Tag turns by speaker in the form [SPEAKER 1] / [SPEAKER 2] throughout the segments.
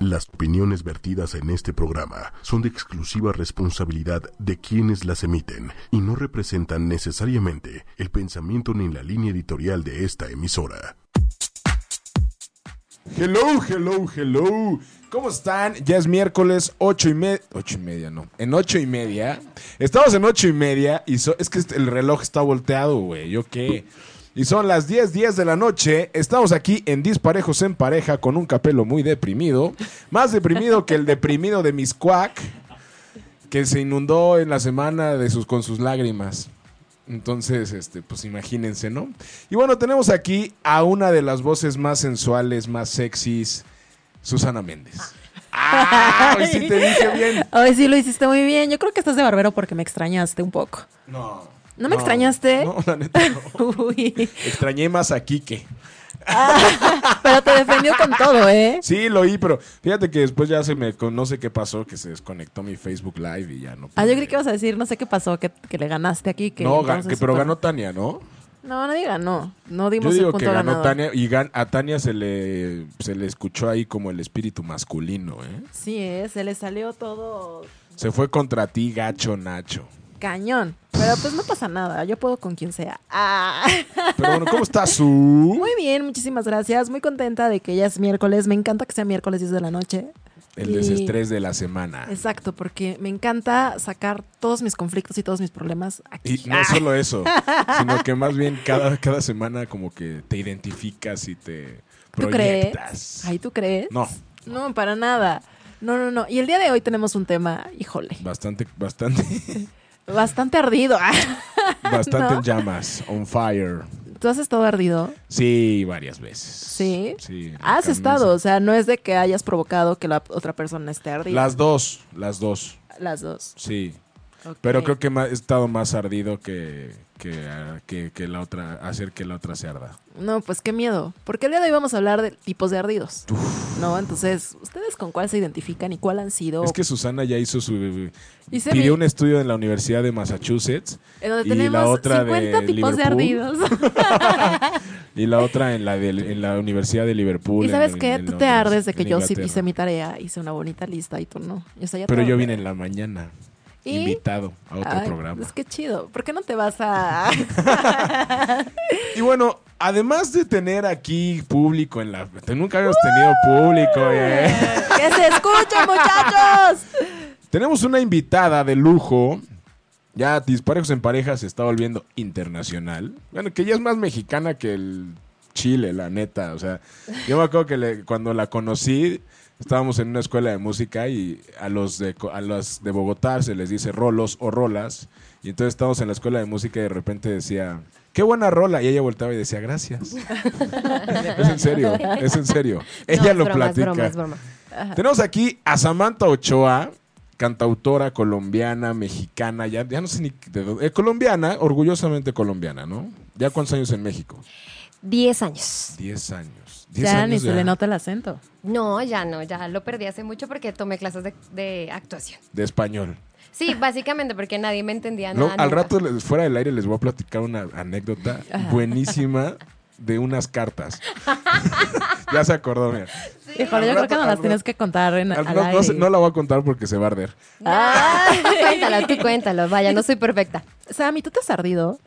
[SPEAKER 1] Las opiniones vertidas en este programa son de exclusiva responsabilidad de quienes las emiten y no representan necesariamente el pensamiento ni la línea editorial de esta emisora.
[SPEAKER 2] Hello, hello, hello. ¿Cómo están? Ya es miércoles, ocho y media. Ocho y media, no. En ocho y media. Estamos en ocho y media y so- es que este- el reloj está volteado, güey. ¿Yo qué? Y son las 10, 10 de la noche. Estamos aquí en Disparejos en Pareja con un capelo muy deprimido. Más deprimido que el deprimido de Miss Quack, que se inundó en la semana de sus, con sus lágrimas. Entonces, este, pues imagínense, ¿no? Y bueno, tenemos aquí a una de las voces más sensuales, más sexys, Susana Méndez. ¡Ah! Hoy sí te dije bien.
[SPEAKER 3] Ay, sí, lo hiciste muy bien. Yo creo que estás de barbero porque me extrañaste un poco.
[SPEAKER 2] No.
[SPEAKER 3] ¿No me extrañaste?
[SPEAKER 2] No, la neta no.
[SPEAKER 3] Uy.
[SPEAKER 2] Extrañé más a Quique.
[SPEAKER 3] Pero te defendió con todo, ¿eh?
[SPEAKER 2] Sí, lo oí, pero fíjate que después ya se me con- no sé qué pasó, que se desconectó mi Facebook Live y ya no.
[SPEAKER 3] Ah, yo
[SPEAKER 2] pude.
[SPEAKER 3] creí que ibas a decir, no sé qué pasó, que, que le ganaste aquí. Que
[SPEAKER 2] No, gan-
[SPEAKER 3] entonces
[SPEAKER 2] que- pero
[SPEAKER 3] fue-
[SPEAKER 2] ganó Tania, ¿no?
[SPEAKER 3] No, nadie ganó. No
[SPEAKER 2] Yo
[SPEAKER 3] dimos
[SPEAKER 2] digo
[SPEAKER 3] el
[SPEAKER 2] que
[SPEAKER 3] punto
[SPEAKER 2] ganó
[SPEAKER 3] ganador.
[SPEAKER 2] Tania y gan- a Tania se le se le escuchó ahí como el espíritu masculino, ¿eh?
[SPEAKER 3] Sí, ¿eh? se le salió todo
[SPEAKER 2] Se fue contra ti, gacho Nacho.
[SPEAKER 3] cañón. Pero pues no pasa nada, yo puedo con quien sea. Ah.
[SPEAKER 2] Pero bueno, ¿cómo está su?
[SPEAKER 3] Muy bien, muchísimas gracias. Muy contenta de que ya es miércoles. Me encanta que sea miércoles 10 de la noche.
[SPEAKER 2] El
[SPEAKER 3] Y-
[SPEAKER 2] desestrés de la semana.
[SPEAKER 3] Exacto, porque me encanta sacar todos mis conflictos y todos mis problemas aquí.
[SPEAKER 2] Y no solo eso, sino que más bien cada, cada semana como que te identificas y te
[SPEAKER 3] ¿Tú
[SPEAKER 2] proyectas.
[SPEAKER 3] crees? Ay, ¿tú crees?
[SPEAKER 2] No.
[SPEAKER 3] No, para nada. No, no, no. Y el día de hoy tenemos un tema, híjole,
[SPEAKER 2] Bastante, bastante,
[SPEAKER 3] bastante ardido. Ah,
[SPEAKER 2] bastante
[SPEAKER 3] ¿No?
[SPEAKER 2] en llamas, on fire.
[SPEAKER 3] ¿Tú has estado ardido?
[SPEAKER 2] Sí, varias veces.
[SPEAKER 3] Sí.
[SPEAKER 2] Sí. en la
[SPEAKER 3] Has
[SPEAKER 2] camisa.
[SPEAKER 3] estado, o sea, no es de que hayas provocado que la otra persona esté ardida.
[SPEAKER 2] Las dos, las dos,
[SPEAKER 3] Las dos.
[SPEAKER 2] sí.
[SPEAKER 3] Ok.
[SPEAKER 2] Pero creo que ma- he estado más ardido que, que, ah, que- que la otra, hacer que la otra se arda.
[SPEAKER 3] No, pues qué miedo. Porque el día de hoy vamos a hablar de tipos de ardidos. No, entonces, ¿ustedes con cuál se identifican y cuál han sido?
[SPEAKER 2] Es que Susana ya hizo su...
[SPEAKER 3] Hice
[SPEAKER 2] pidió
[SPEAKER 3] mi-
[SPEAKER 2] un estudio en la Universidad de Massachusetts
[SPEAKER 3] En donde
[SPEAKER 2] y la
[SPEAKER 3] tenemos
[SPEAKER 2] otra de
[SPEAKER 3] 50 tipos de
[SPEAKER 2] Liverpool.
[SPEAKER 3] ardidos.
[SPEAKER 2] y la otra en la, de, en la Universidad de Liverpool.
[SPEAKER 3] y sabes
[SPEAKER 2] en-
[SPEAKER 3] qué,
[SPEAKER 2] en
[SPEAKER 3] tú te
[SPEAKER 2] Londres,
[SPEAKER 3] ardes de
[SPEAKER 2] en
[SPEAKER 3] que yo sí
[SPEAKER 2] Inglaterra.
[SPEAKER 3] hice mi tarea, hice una bonita lista y tú no. O sea, ya
[SPEAKER 2] Pero
[SPEAKER 3] te-
[SPEAKER 2] yo vine en la mañana,
[SPEAKER 3] ¿Y?
[SPEAKER 2] invitado a otro
[SPEAKER 3] Ay, pues
[SPEAKER 2] programa.
[SPEAKER 3] Es que chido. ¿Por qué no te vas a...?
[SPEAKER 2] Y bueno, además de tener aquí público en la... te- Nunca habíamos tenido público, ¿eh?
[SPEAKER 3] ¡Que se escuchen, muchachos!
[SPEAKER 2] Tenemos una invitada de lujo. Ya Disparejos en Pareja se está volviendo internacional. Bueno, que ya es más mexicana que el Chile, la neta. O sea, yo me acuerdo que le- cuando la conocí, estábamos en una escuela de música y a los de, co- a los de Bogotá se les dice rolos o rolas. Y entonces estábamos en la escuela de música y de repente decía, qué buena rola. Y ella voltaba y decía, gracias. es en serio, es en serio. Ella lo platica. Tenemos aquí a Samantha Ochoa, cantautora colombiana, mexicana, ya, ya no sé ni de dónde. eh, colombiana, orgullosamente colombiana, ¿no? ¿Ya cuántos años en México?
[SPEAKER 4] 10 años.
[SPEAKER 2] Diez años. Diez
[SPEAKER 3] Ya
[SPEAKER 2] años
[SPEAKER 3] ni se
[SPEAKER 2] ya.
[SPEAKER 3] le nota el acento.
[SPEAKER 4] No, ya no, ya lo perdí hace mucho porque tomé clases de, de actuación.
[SPEAKER 2] De español.
[SPEAKER 4] Sí, básicamente porque nadie me entendía
[SPEAKER 3] Ah,
[SPEAKER 2] Lo-
[SPEAKER 4] nada.
[SPEAKER 2] al
[SPEAKER 4] nunca.
[SPEAKER 2] rato, les- fuera del aire, les voy a platicar una anécdota buenísima de unas cartas. ya se acordó, mira.
[SPEAKER 3] Híjole, yo
[SPEAKER 2] Al
[SPEAKER 3] creo que
[SPEAKER 2] rato-
[SPEAKER 3] no
[SPEAKER 2] al
[SPEAKER 3] las
[SPEAKER 2] rato-
[SPEAKER 3] tienes que contar en,
[SPEAKER 2] Al- No,
[SPEAKER 3] al
[SPEAKER 2] no
[SPEAKER 3] aire.
[SPEAKER 2] se- no la voy a contar porque se va a arder.
[SPEAKER 4] Ah, cuéntalo, tú cuéntalo. Vaya, no soy perfecta.
[SPEAKER 3] Sammy, ¿tú te has ardido?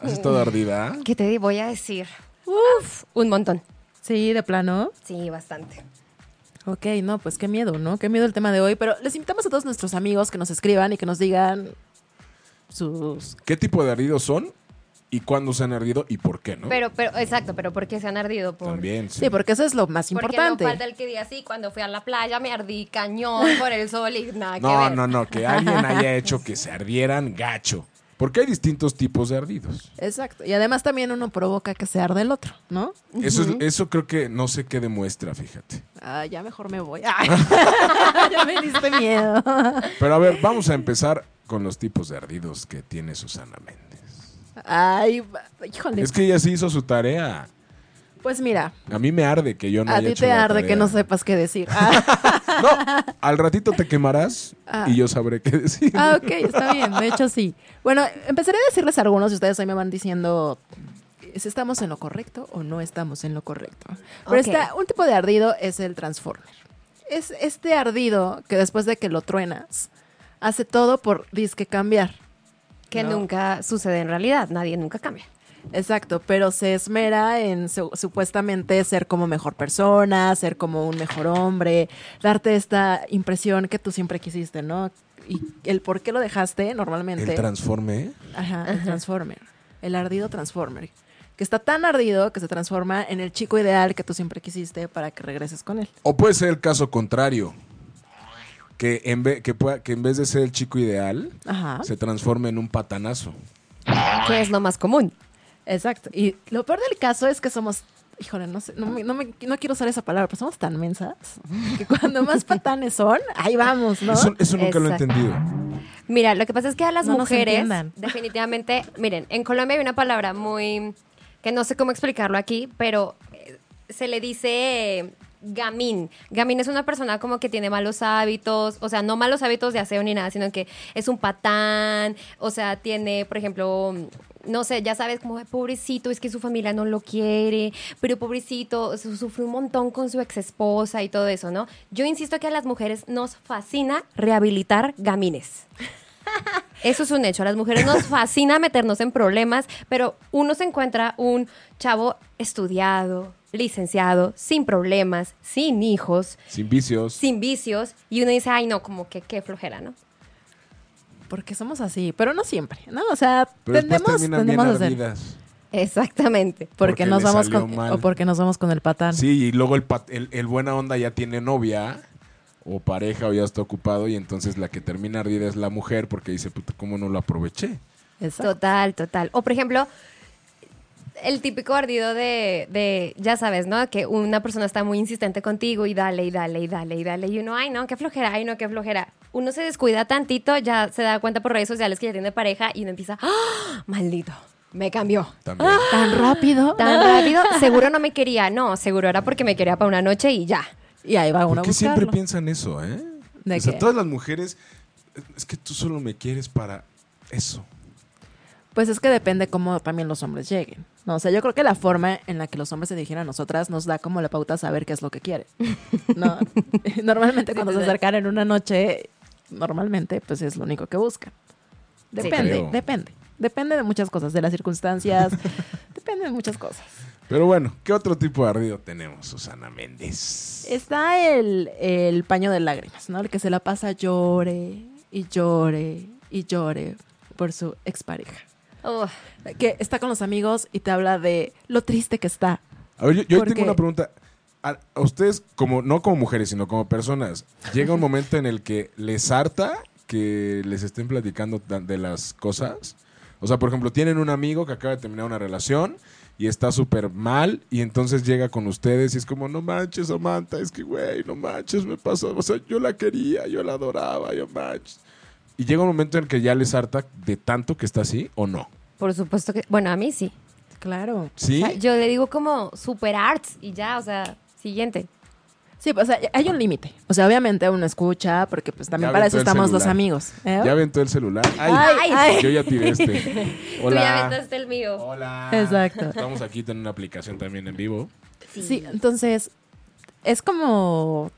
[SPEAKER 2] ¿Has estado ardida? ¿ah?
[SPEAKER 4] ¿Qué te di- voy a decir? Uf, un montón.
[SPEAKER 3] Sí, de plano.
[SPEAKER 4] Sí, bastante.
[SPEAKER 3] Ok, no, pues qué miedo, ¿no? Qué miedo el tema de hoy. Pero les invitamos a todos nuestros amigos que nos escriban y que nos digan sus...
[SPEAKER 2] ¿Qué tipo de ardidos son? ¿Y cuándo se han ardido? ¿Y por qué, no?
[SPEAKER 4] Pero, pero, exacto, pero ¿por qué se han ardido? Por,
[SPEAKER 2] Oh. También, sí.
[SPEAKER 3] Sí, porque eso es lo más
[SPEAKER 4] Porque
[SPEAKER 3] importante.
[SPEAKER 4] no falta el que diga así, cuando fui a la playa me ardí cañón por el sol y nada que
[SPEAKER 2] No,
[SPEAKER 4] ver.
[SPEAKER 2] no, no, que alguien haya hecho que se ardieran gacho. Porque hay distintos tipos de ardidos.
[SPEAKER 3] Exacto. Y además también uno provoca que se arde el otro, ¿no?
[SPEAKER 2] Eso, es- eso creo que no sé qué demuestra, fíjate.
[SPEAKER 3] Ah, ya mejor me voy. Ay, ya me diste miedo.
[SPEAKER 2] Pero a ver, vamos a empezar con los tipos de ardidos que tiene Susana Méndez.
[SPEAKER 3] Ay, va- híjole.
[SPEAKER 2] Es que ella sí hizo su tarea.
[SPEAKER 3] Pues mira,
[SPEAKER 2] A mí me arde que yo no
[SPEAKER 3] a
[SPEAKER 2] haya
[SPEAKER 3] ti
[SPEAKER 2] hecho
[SPEAKER 3] te
[SPEAKER 2] la
[SPEAKER 3] arde
[SPEAKER 2] tarea.
[SPEAKER 3] que no sepas qué decir. Ah,
[SPEAKER 2] No, al ratito te quemarás y yo sabré qué decir.
[SPEAKER 3] ah, ok, está bien. De hecho, sí. Bueno, empezaré a decirles algunos y ustedes ahí me van diciendo es estamos en lo correcto o no estamos en lo correcto. Pero
[SPEAKER 4] Ok.
[SPEAKER 3] está, un tipo de ardido es el Transformer. Es este ardido que después de que lo truenas, hace todo por disque cambiar.
[SPEAKER 4] Que
[SPEAKER 3] No.
[SPEAKER 4] nunca sucede en realidad, nadie nunca cambia.
[SPEAKER 3] Exacto, pero se esmera en su- supuestamente ser como mejor persona, ser como un mejor hombre, darte esta impresión que tú siempre quisiste, ¿no? Y el por qué lo dejaste normalmente.
[SPEAKER 2] El transforme.
[SPEAKER 3] Ajá, el Transformer. El ardido Transformer. Que está tan ardido que se transforma en el chico ideal que tú siempre quisiste para que regreses con él.
[SPEAKER 2] O puede ser el caso contrario. Que en, vez, que, pueda- que en vez de ser el chico ideal,
[SPEAKER 3] Ajá.
[SPEAKER 2] se transforme en un patanazo.
[SPEAKER 4] Que es lo más común.
[SPEAKER 3] Exacto. Y lo peor del caso es que somos. Híjole, no sé, no, me- no me- no quiero usar esa palabra, pero somos tan mensas que cuando más patanes son, ahí vamos, ¿no?
[SPEAKER 2] Eso, eso nunca lo he
[SPEAKER 4] Exacto.
[SPEAKER 2] entendido.
[SPEAKER 4] Mira, lo que pasa es que a las
[SPEAKER 3] No nos
[SPEAKER 4] mujeres,
[SPEAKER 3] entiendan.
[SPEAKER 4] definitivamente, miren, en Colombia hay una palabra muy, que no sé cómo explicarlo aquí, pero eh, se le dice eh, gamín. Gamín es una persona como que tiene malos hábitos, o sea, no malos hábitos de aseo ni nada, sino que es un patán, o sea, tiene, por ejemplo... No sé, ya sabes, como "Ay, pobrecito, es que su familia no lo quiere, pero pobrecito, su- sufre un montón con su ex esposa y todo eso, ¿no? Yo insisto que a las mujeres nos fascina rehabilitar gamines. Eso es un hecho. A las mujeres nos fascina meternos en problemas, pero uno se encuentra un chavo estudiado, licenciado, sin problemas, sin hijos,
[SPEAKER 2] Sin vicios.
[SPEAKER 4] sin vicios, y uno dice, ay, no, como que qué flojera, ¿no?
[SPEAKER 3] Porque somos así, pero no siempre, ¿no? O sea,
[SPEAKER 2] Pero después
[SPEAKER 3] tendemos,
[SPEAKER 2] terminan
[SPEAKER 3] tendemos
[SPEAKER 2] bien
[SPEAKER 3] a hacer.
[SPEAKER 2] ardidas.
[SPEAKER 4] Exactamente.
[SPEAKER 3] Porque,
[SPEAKER 2] Porque
[SPEAKER 3] nos
[SPEAKER 2] le
[SPEAKER 3] vamos
[SPEAKER 2] salió
[SPEAKER 3] con,
[SPEAKER 2] mal.
[SPEAKER 3] o porque nos vamos con el patán.
[SPEAKER 2] Sí, y luego el, pat- el, el buena onda ya tiene novia o pareja o ya está ocupado y entonces la que termina ardida es la mujer porque dice, puta, ¿cómo no lo aproveché?
[SPEAKER 3] Exacto.
[SPEAKER 4] Total, total. O por ejemplo, el típico ardido de, de, ya sabes, ¿no? Que una persona está muy insistente contigo y dale, y dale, y dale, y dale. Y uno, ay, no, qué flojera, ay, no, qué flojera. Uno se descuida tantito, ya se da cuenta por redes sociales que ya tiene pareja y uno empieza, ¡ah! Maldito, me cambió.
[SPEAKER 2] También.
[SPEAKER 3] Tan rápido.
[SPEAKER 4] Tan rápido, seguro no me quería. No, seguro era porque me quería para una noche y ya.
[SPEAKER 3] Y ahí va uno
[SPEAKER 2] ¿Por
[SPEAKER 3] a
[SPEAKER 2] qué siempre
[SPEAKER 3] buscarlo.
[SPEAKER 2] piensan eso, eh?
[SPEAKER 3] ¿De
[SPEAKER 2] o sea,
[SPEAKER 3] qué?
[SPEAKER 2] todas las mujeres, es que tú solo me quieres para eso.
[SPEAKER 3] Pues es que depende cómo también los hombres lleguen. No, o sea, yo creo que la forma en la que los hombres se dirigen a nosotras nos da como la pauta a saber qué es lo que quieren. ¿no? normalmente cuando se acercan en una noche, normalmente pues es lo único que buscan. Depende,
[SPEAKER 2] Creo.
[SPEAKER 3] depende. Depende de muchas cosas, de las circunstancias, depende de muchas cosas.
[SPEAKER 2] Pero bueno, ¿qué otro tipo de ardido tenemos, Susana Méndez?
[SPEAKER 3] Está el, el paño de lágrimas, ¿no? El que se la pasa llore y llore y llore por su expareja.
[SPEAKER 4] Uf.
[SPEAKER 3] Que está con los amigos y te habla de lo triste que está.
[SPEAKER 2] A ver, yo, yo
[SPEAKER 3] ¿Por
[SPEAKER 2] tengo
[SPEAKER 3] qué?
[SPEAKER 2] una pregunta. A, a ustedes, como no como mujeres, sino como personas, llega un momento en el que les harta que les estén platicando tan- de las cosas. O sea, por ejemplo, tienen un amigo que acaba de terminar una relación y está súper mal y entonces llega con ustedes y es como, no manches, Samantha, es que, güey, no manches, me pasó. O sea, yo la quería, yo la adoraba, yo manches. Y llega un momento en el que ya les harta de tanto que está así o no.
[SPEAKER 4] Por supuesto que, bueno, a mí sí.
[SPEAKER 3] Claro.
[SPEAKER 2] ¿Sí?
[SPEAKER 4] O sea, yo le digo como super arts y ya, o sea, siguiente.
[SPEAKER 3] Sí, pues o sea, hay un límite. O sea, obviamente uno escucha, porque pues también
[SPEAKER 2] Ya
[SPEAKER 3] para
[SPEAKER 2] aventó
[SPEAKER 3] eso
[SPEAKER 2] el
[SPEAKER 3] estamos los
[SPEAKER 2] celular.
[SPEAKER 3] amigos. ¿eh?
[SPEAKER 2] Ya aventó el celular. Ay,
[SPEAKER 3] Ay, ay.
[SPEAKER 2] yo ya tiré este.
[SPEAKER 4] Tú ya
[SPEAKER 2] Hola.
[SPEAKER 4] aventaste el mío.
[SPEAKER 2] Hola.
[SPEAKER 3] Exacto.
[SPEAKER 2] Estamos aquí en una aplicación también en vivo.
[SPEAKER 3] sí. entonces es como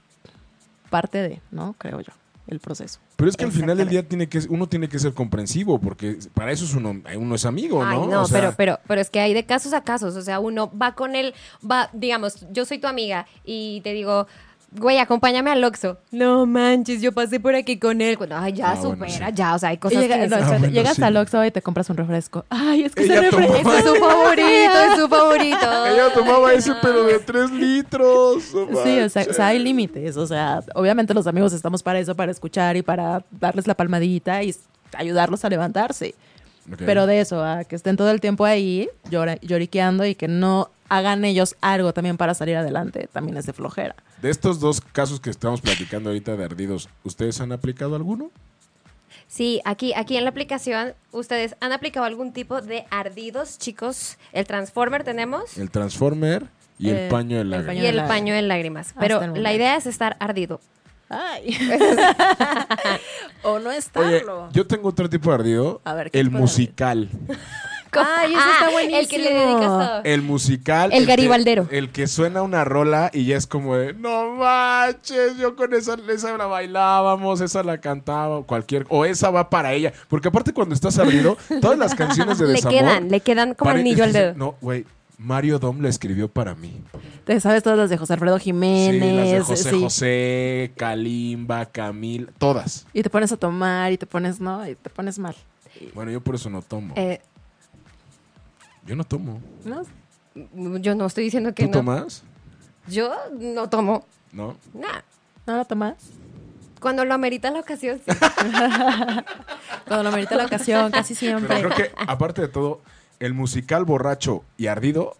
[SPEAKER 3] parte de, ¿no? Creo yo, el proceso.
[SPEAKER 2] Pero es que al final del día tiene que uno tiene que ser comprensivo porque para eso es uno uno es amigo, ¿no?
[SPEAKER 4] Ay, no,
[SPEAKER 2] O sea,
[SPEAKER 4] pero, pero, pero es que hay de casos a casos. O sea, uno va con él, va, digamos, yo soy tu amiga y te digo, güey, acompáñame al Oxxo. No manches, yo pasé por aquí con él. Cuando, Ay, ya,
[SPEAKER 2] Ah, bueno,
[SPEAKER 4] supera,
[SPEAKER 2] sí.
[SPEAKER 4] ya. O sea, hay
[SPEAKER 3] Y
[SPEAKER 4] cosas
[SPEAKER 3] llega- no,
[SPEAKER 4] que no,
[SPEAKER 3] espérate,
[SPEAKER 2] Ah, bueno,
[SPEAKER 3] llegas
[SPEAKER 2] sí.
[SPEAKER 3] al Oxxo y te compras un refresco. Ay, es que ese
[SPEAKER 2] Ella
[SPEAKER 3] refresco
[SPEAKER 2] tomó.
[SPEAKER 4] es su favorito, es su favorito.
[SPEAKER 2] Ella tomaba ese pero de tres litros. no
[SPEAKER 3] Sí, o sea,
[SPEAKER 2] manches.
[SPEAKER 3] o sea, hay límites. O sea, obviamente los amigos estamos para eso, para escuchar y para darles la palmadita y s- ayudarlos a levantarse.
[SPEAKER 2] Ok.
[SPEAKER 3] Pero de eso, a que estén todo el tiempo ahí llora- lloriqueando y que no hagan ellos algo también para salir adelante, también es de flojera.
[SPEAKER 2] de estos dos casos que estamos platicando ahorita de ardidos, ¿ustedes han aplicado alguno?
[SPEAKER 4] Sí, aquí, aquí en la aplicación, ¿ustedes han aplicado algún tipo de ardidos, chicos? El Transformer tenemos.
[SPEAKER 2] El transformer y
[SPEAKER 3] Eh,
[SPEAKER 2] el paño de
[SPEAKER 3] el
[SPEAKER 2] lágrimas.
[SPEAKER 3] paño
[SPEAKER 4] y el
[SPEAKER 3] lágrimas.
[SPEAKER 4] paño de lágrimas.
[SPEAKER 3] Hasta el
[SPEAKER 4] Pero
[SPEAKER 3] momento.
[SPEAKER 4] la idea es estar ardido.
[SPEAKER 3] Ay. o no
[SPEAKER 2] Oye,
[SPEAKER 3] estarlo.
[SPEAKER 2] yo tengo otro tipo de ardido.
[SPEAKER 3] A ver, ¿qué
[SPEAKER 2] el
[SPEAKER 3] tipo de ardido?
[SPEAKER 2] musical.
[SPEAKER 4] Ay, eso está buenísimo. Ah, El que le dedicas todo.
[SPEAKER 2] El musical.
[SPEAKER 5] El
[SPEAKER 2] que-
[SPEAKER 5] garibaldero.
[SPEAKER 2] el que suena una rola y ya es como de, no manches, yo con esa, esa la bailábamos, esa la cantaba, o cualquier, o esa va para ella. Porque aparte cuando estás abrido, todas las canciones de
[SPEAKER 4] Le
[SPEAKER 2] desamor.
[SPEAKER 4] quedan, le quedan como
[SPEAKER 2] pare-
[SPEAKER 4] anillo al dedo.
[SPEAKER 2] No, güey, Mario Dom la escribió para mí.
[SPEAKER 3] Te sabes todas las de José Alfredo
[SPEAKER 2] Sí, las de
[SPEAKER 3] Jiménez.
[SPEAKER 2] José
[SPEAKER 3] sí.
[SPEAKER 2] José, Kalimba, Camil, todas.
[SPEAKER 3] Y te pones a tomar y te pones, no, y te pones mal.
[SPEAKER 2] Bueno, yo por eso no tomo.
[SPEAKER 4] Eh,
[SPEAKER 2] Yo no tomo.
[SPEAKER 3] ¿no?
[SPEAKER 4] yo no estoy diciendo que
[SPEAKER 2] ¿Tú
[SPEAKER 4] no.
[SPEAKER 2] tomas?
[SPEAKER 4] Yo no tomo.
[SPEAKER 2] No.
[SPEAKER 4] Nada.
[SPEAKER 3] ¿No lo tomas?
[SPEAKER 4] Cuando lo amerita la ocasión. sí.
[SPEAKER 3] Cuando lo merita la ocasión, casi
[SPEAKER 2] Pero
[SPEAKER 3] siempre.
[SPEAKER 2] creo que, aparte de todo, el musical borracho y ardido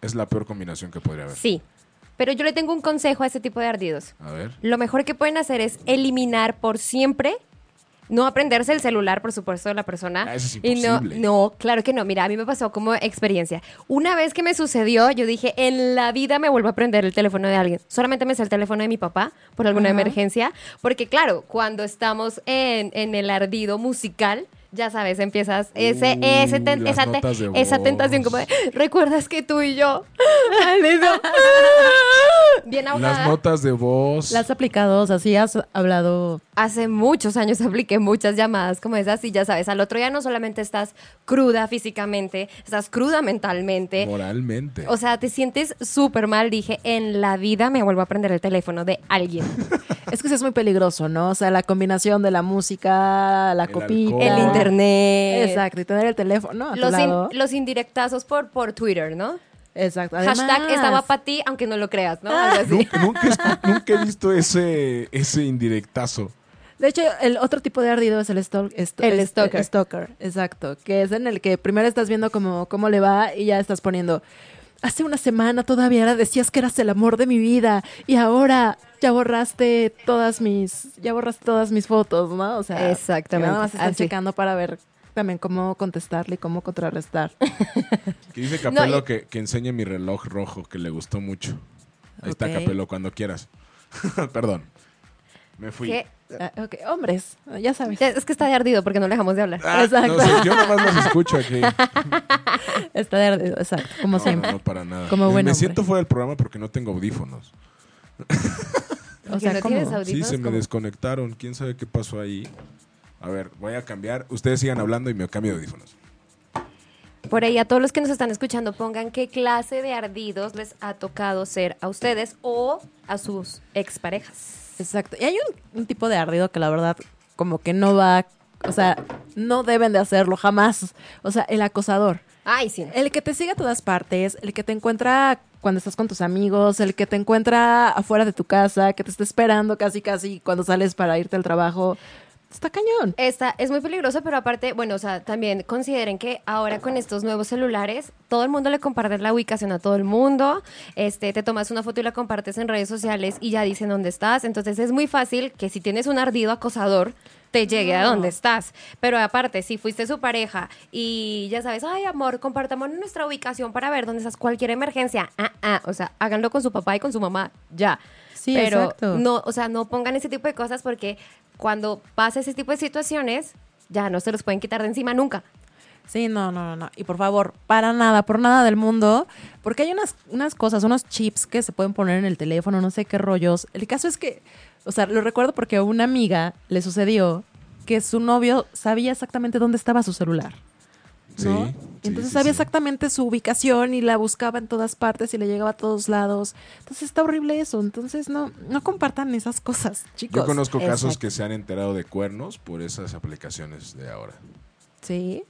[SPEAKER 2] es la peor combinación que podría haber.
[SPEAKER 4] Sí. Pero yo le tengo un consejo a ese tipo de ardidos.
[SPEAKER 2] A ver.
[SPEAKER 4] Lo mejor que pueden hacer es eliminar por siempre. No aprenderse el celular, por supuesto, de la persona.
[SPEAKER 2] Ah, eso es
[SPEAKER 4] Y no,
[SPEAKER 2] imposible.
[SPEAKER 4] no, claro que no. Mira, a mí me pasó como experiencia. Una vez que me sucedió, yo dije, en la vida me vuelvo a prender el teléfono de alguien. Solamente me sé el teléfono de mi papá por alguna
[SPEAKER 3] Ajá.
[SPEAKER 4] emergencia. Porque, claro, cuando estamos en, en el ardido musical, ya sabes, empiezas ese,
[SPEAKER 2] Uh,
[SPEAKER 4] ese ten-
[SPEAKER 2] las
[SPEAKER 4] esa, te-
[SPEAKER 2] notas de
[SPEAKER 4] esa
[SPEAKER 2] voz.
[SPEAKER 4] tentación como de, ¿recuerdas que tú y yo? Bien
[SPEAKER 2] Las
[SPEAKER 4] ahogada.
[SPEAKER 2] notas de voz.
[SPEAKER 3] ¿Las has aplicado? O sea, sí has hablado.
[SPEAKER 4] Hace muchos años apliqué muchas llamadas como esas y ya sabes, al otro día no solamente estás cruda físicamente, estás cruda mentalmente.
[SPEAKER 2] Moralmente.
[SPEAKER 4] O sea, te sientes súper mal. Dije, en la vida me vuelvo a prender el teléfono de alguien.
[SPEAKER 3] Es que sí es muy peligroso, ¿no? O sea, la combinación de la música, la
[SPEAKER 2] El
[SPEAKER 3] copita.
[SPEAKER 2] alcohol.
[SPEAKER 4] El internet.
[SPEAKER 3] Exacto, y tener el teléfono a tu
[SPEAKER 4] Los, in-
[SPEAKER 3] lado.
[SPEAKER 4] los indirectazos por, por Twitter, ¿no?
[SPEAKER 3] Exacto.
[SPEAKER 4] Hashtag
[SPEAKER 3] además.
[SPEAKER 4] estaba para ti, aunque no lo creas, ¿no? Algo así.
[SPEAKER 2] nunca, nunca escu- nunca he visto ese, ese indirectazo.
[SPEAKER 3] De hecho, el otro tipo de ardido es el, stalk- esto-
[SPEAKER 4] El
[SPEAKER 3] es-
[SPEAKER 4] stalker.
[SPEAKER 3] stalker, Exacto. Que es en el que primero estás viendo cómo, cómo le va y ya estás poniendo. Hace una semana todavía era- decías que eras el amor de mi vida y ahora ya borraste todas mis, ya borraste todas mis fotos, ¿no? O sea,
[SPEAKER 4] Exactamente,
[SPEAKER 3] Nada más están
[SPEAKER 4] así.
[SPEAKER 3] checando para ver también cómo contestarle y cómo contrarrestar.
[SPEAKER 2] Que dice Capelo
[SPEAKER 4] y-
[SPEAKER 2] que, que enseñe mi reloj rojo, que le gustó mucho. Ahí está
[SPEAKER 3] Ok.
[SPEAKER 2] Capelo, cuando quieras. Perdón. Me fui.
[SPEAKER 4] Que-
[SPEAKER 3] Ah, ok, hombres, ya sabes.
[SPEAKER 4] es que está de ardido porque no le dejamos de hablar.
[SPEAKER 2] Ah,
[SPEAKER 3] Exacto.
[SPEAKER 2] No, sé, yo nada más los escucho aquí.
[SPEAKER 3] Está de ardido, exacto, como
[SPEAKER 2] No,
[SPEAKER 3] siempre.
[SPEAKER 2] no, no, para nada.
[SPEAKER 3] Como buen
[SPEAKER 2] Me
[SPEAKER 3] hombre.
[SPEAKER 2] siento fuera del programa porque no tengo audífonos.
[SPEAKER 3] O sea,
[SPEAKER 4] no
[SPEAKER 3] ¿cómo?
[SPEAKER 4] tienes audífonos,
[SPEAKER 2] Sí, se me
[SPEAKER 4] ¿cómo?
[SPEAKER 2] desconectaron. ¿Quién sabe qué pasó ahí? A ver, voy a cambiar. Ustedes sigan hablando y me cambio de audífonos.
[SPEAKER 4] Por ahí a todos los que nos están escuchando, pongan qué clase de ardidos les ha tocado ser a ustedes o a sus exparejas.
[SPEAKER 3] Exacto. Y hay un, un tipo de ardido que la verdad como que no va, o sea, no deben de hacerlo jamás. O sea, el acosador.
[SPEAKER 4] Ay, sí.
[SPEAKER 3] El que te sigue a todas partes, el que te encuentra cuando estás con tus amigos, el que te encuentra afuera de tu casa, que te está esperando casi casi cuando sales para irte al trabajo. Está cañón.
[SPEAKER 4] Esta es muy peligrosa, pero aparte, bueno, o sea, también consideren que ahora con estos nuevos celulares, todo el mundo le comparte la ubicación a todo el mundo. Este, te tomas una foto y la compartes en redes sociales y ya dicen dónde estás. Entonces es muy fácil que si tienes un ardido acosador, te llegue a dónde estás. Pero aparte, si fuiste su pareja y ya sabes, ay amor, compartamos nuestra ubicación para ver dónde estás cualquier emergencia. Ah, ah, o sea, háganlo con su papá y con su mamá, ya.
[SPEAKER 3] Sí,
[SPEAKER 4] pero
[SPEAKER 3] exacto.
[SPEAKER 4] no, o sea, no pongan ese tipo de cosas porque cuando pasa ese tipo de situaciones, ya no se los pueden quitar de encima nunca.
[SPEAKER 3] Sí, no, no, no, no. Y por favor, para nada, por nada del mundo, porque hay unas, unas cosas, unos chips que se pueden poner en el teléfono, no sé qué rollos. El caso es que, o sea, lo recuerdo porque a una amiga le sucedió que su novio sabía exactamente dónde estaba su celular. ¿no?
[SPEAKER 2] Sí,
[SPEAKER 3] Y Entonces
[SPEAKER 2] sí,
[SPEAKER 3] sabía
[SPEAKER 2] sí.
[SPEAKER 3] exactamente su ubicación y la buscaba en todas partes y le llegaba a todos lados. Entonces está horrible eso. Entonces no, no compartan esas cosas, chicos.
[SPEAKER 2] Yo conozco casos
[SPEAKER 3] Exacto.
[SPEAKER 2] que se han enterado de cuernos por esas aplicaciones de ahora.
[SPEAKER 3] Sí.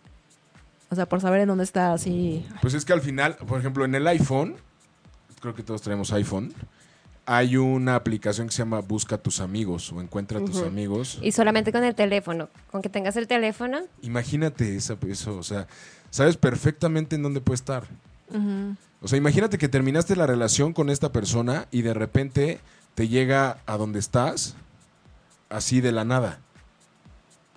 [SPEAKER 3] O sea, por saber en dónde está así.
[SPEAKER 2] Pues es que al final, por ejemplo, en el iPhone, creo que todos tenemos iPhone, hay una aplicación que se llama Busca a tus amigos o Encuentra a tus amigos.
[SPEAKER 4] Y solamente con el teléfono. Con que tengas el teléfono,
[SPEAKER 2] Imagínate esa- eso, o sea, sabes perfectamente en dónde puede estar. O sea, imagínate que terminaste la relación con esta persona y de repente te llega a donde estás, así de la nada.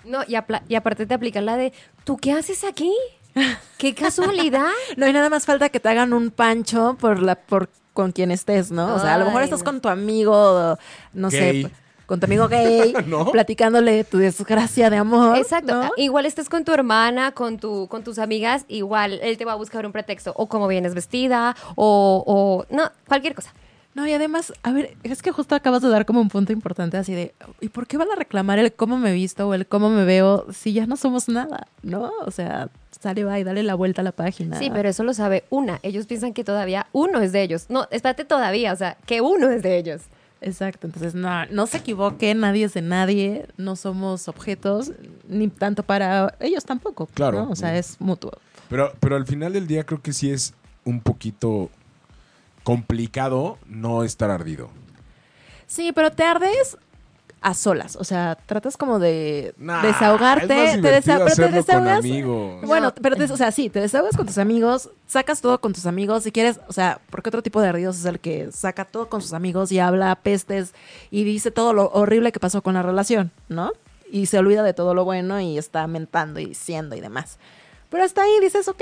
[SPEAKER 4] no, y, apla- y aparte te aplican la de, ¿tú qué haces aquí? ¡Qué casualidad!
[SPEAKER 3] No, y nada más falta que te hagan un pancho por la, por con quien estés, ¿no? O sea, a lo mejor
[SPEAKER 4] Ay,
[SPEAKER 3] estás
[SPEAKER 4] no.
[SPEAKER 3] con tu amigo, no
[SPEAKER 2] Gay.
[SPEAKER 3] sé. con tu amigo gay,
[SPEAKER 2] ¿No?
[SPEAKER 3] platicándole tu desgracia de amor.
[SPEAKER 4] Exacto.
[SPEAKER 3] ¿no?
[SPEAKER 4] Igual estés con tu hermana, con tu, con tus amigas, igual él te va a buscar un pretexto. O cómo vienes vestida, o, o no, cualquier cosa.
[SPEAKER 3] No, y además, a ver, es que justo acabas de dar como un punto importante así de, ¿y por qué van a reclamar el cómo me visto o el cómo me veo si ya no somos nada? ¿No? O sea, sale, va y dale la vuelta a la página.
[SPEAKER 4] Sí, pero eso lo sabe una. Ellos piensan que todavía uno es de ellos. No, espérate todavía, o sea, que uno es de ellos.
[SPEAKER 3] Exacto, entonces no, no se equivoquen, nadie es de nadie, no somos objetos, ni tanto para ellos tampoco.
[SPEAKER 2] Claro.
[SPEAKER 3] ¿no? O sea, es mutuo.
[SPEAKER 2] Pero, pero al final del día creo que sí es un poquito complicado no estar ardido.
[SPEAKER 3] Sí, pero te ardes a solas, o sea, tratas como de
[SPEAKER 2] Nah,
[SPEAKER 3] desahogarte,
[SPEAKER 2] es más
[SPEAKER 3] te, desa-
[SPEAKER 2] divertido
[SPEAKER 3] pero te
[SPEAKER 2] hacerlo con
[SPEAKER 3] desahogas.
[SPEAKER 2] amigos.
[SPEAKER 3] Bueno, pero te- o sea, sí, te desahogas con tus amigos, sacas todo con tus amigos, si quieres, o sea, porque otro tipo de ardidos es el que saca todo con sus amigos y habla pestes y dice todo lo horrible que pasó con la relación, ¿no? Y se olvida de todo lo bueno y está mentando y siendo y demás. Pero hasta ahí dices, ok,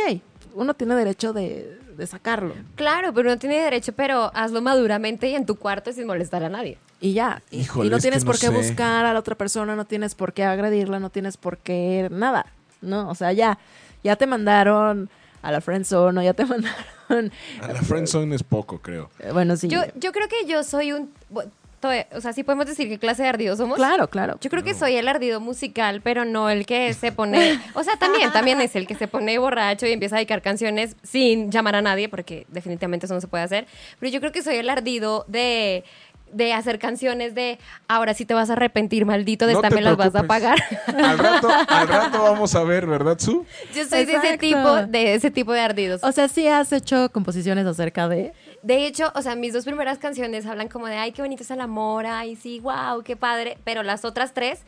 [SPEAKER 3] uno tiene derecho de, de sacarlo.
[SPEAKER 4] Claro, pero uno tiene derecho, pero hazlo maduramente y en tu cuarto sin molestar a nadie.
[SPEAKER 3] Y ya. Y-
[SPEAKER 2] Híjole,
[SPEAKER 3] y no
[SPEAKER 2] es que
[SPEAKER 3] tienes
[SPEAKER 2] no
[SPEAKER 3] por qué
[SPEAKER 2] sé.
[SPEAKER 3] buscar a la otra persona, no tienes por qué agredirla, no tienes por qué nada. No, o sea, ya. Ya te mandaron a la friendzone o ya te mandaron.
[SPEAKER 2] A la friendzone es poco, creo.
[SPEAKER 3] Eh, Bueno, sí.
[SPEAKER 4] Yo, yo creo que yo soy un... bueno, todavía- O sea, sí podemos decir qué clase de ardido somos.
[SPEAKER 3] claro, claro.
[SPEAKER 4] Yo creo que soy el ardido musical, pero no el que se pone... O sea, también, también es el que se pone borracho y empieza a dedicar canciones sin llamar a nadie, porque definitivamente eso no se puede hacer. Pero yo creo que soy el ardido de, de hacer canciones de ahora sí te vas a arrepentir, maldito, de
[SPEAKER 2] No
[SPEAKER 4] esta
[SPEAKER 2] te
[SPEAKER 4] me las vas a
[SPEAKER 2] preocupes.
[SPEAKER 4] pagar.
[SPEAKER 2] Al rato, al rato vamos a ver, ¿verdad, Su?
[SPEAKER 4] Yo soy de ese
[SPEAKER 3] Exacto.
[SPEAKER 4] tipo, de ese tipo de ardidos.
[SPEAKER 3] O sea, sí has hecho composiciones acerca de.
[SPEAKER 4] De hecho, o sea, mis dos primeras canciones hablan como de, ay, qué bonito es el amor, ay, sí, wow, qué padre. Pero las otras tres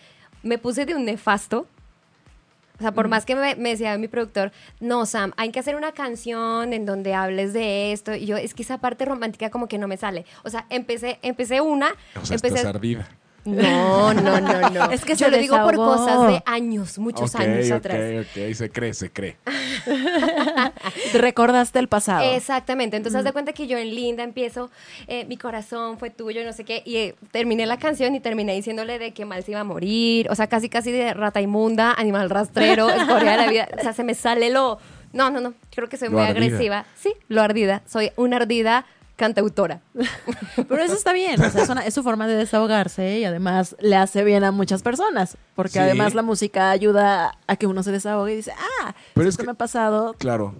[SPEAKER 4] me puse de un nefasto. O sea,
[SPEAKER 3] Mm.
[SPEAKER 4] por más que me, me decía mi productor, no, Sam, hay que hacer una canción en donde hables de esto. Y yo, es que esa parte romántica como que no me sale. O sea, empecé, empecé una,
[SPEAKER 2] O sea,
[SPEAKER 4] empecé...
[SPEAKER 2] estás ardida.
[SPEAKER 4] No, no, no, no.
[SPEAKER 3] Es que
[SPEAKER 4] yo
[SPEAKER 3] se
[SPEAKER 4] lo digo por
[SPEAKER 3] desahogó.
[SPEAKER 4] cosas de años, muchos
[SPEAKER 2] Ok,
[SPEAKER 4] años
[SPEAKER 2] ok,
[SPEAKER 4] atrás.
[SPEAKER 2] ok, se cree, se cree.
[SPEAKER 3] Recordaste el pasado.
[SPEAKER 4] Exactamente. Entonces, haz de cuenta que yo en Linda empiezo, eh, mi corazón fue tuyo, no sé qué, y eh, terminé la canción y terminé diciéndole de que mal se iba a morir, o sea, casi, casi de rata inmunda, animal rastrero, escoria de la vida. O sea, se me sale lo. No, no, no. Creo que soy
[SPEAKER 2] Lo
[SPEAKER 4] muy
[SPEAKER 2] ardida.
[SPEAKER 4] agresiva. Sí, lo ardida. Soy una ardida cantautora.
[SPEAKER 3] Pero eso está bien. O sea, es, una- es su forma de desahogarse y además le hace bien a muchas personas. Porque
[SPEAKER 2] Sí.
[SPEAKER 3] además la música ayuda a que uno se desahogue y dice, ah,
[SPEAKER 2] Pero
[SPEAKER 3] pero
[SPEAKER 2] es
[SPEAKER 3] esto
[SPEAKER 2] que-
[SPEAKER 3] me ha pasado.
[SPEAKER 2] Claro.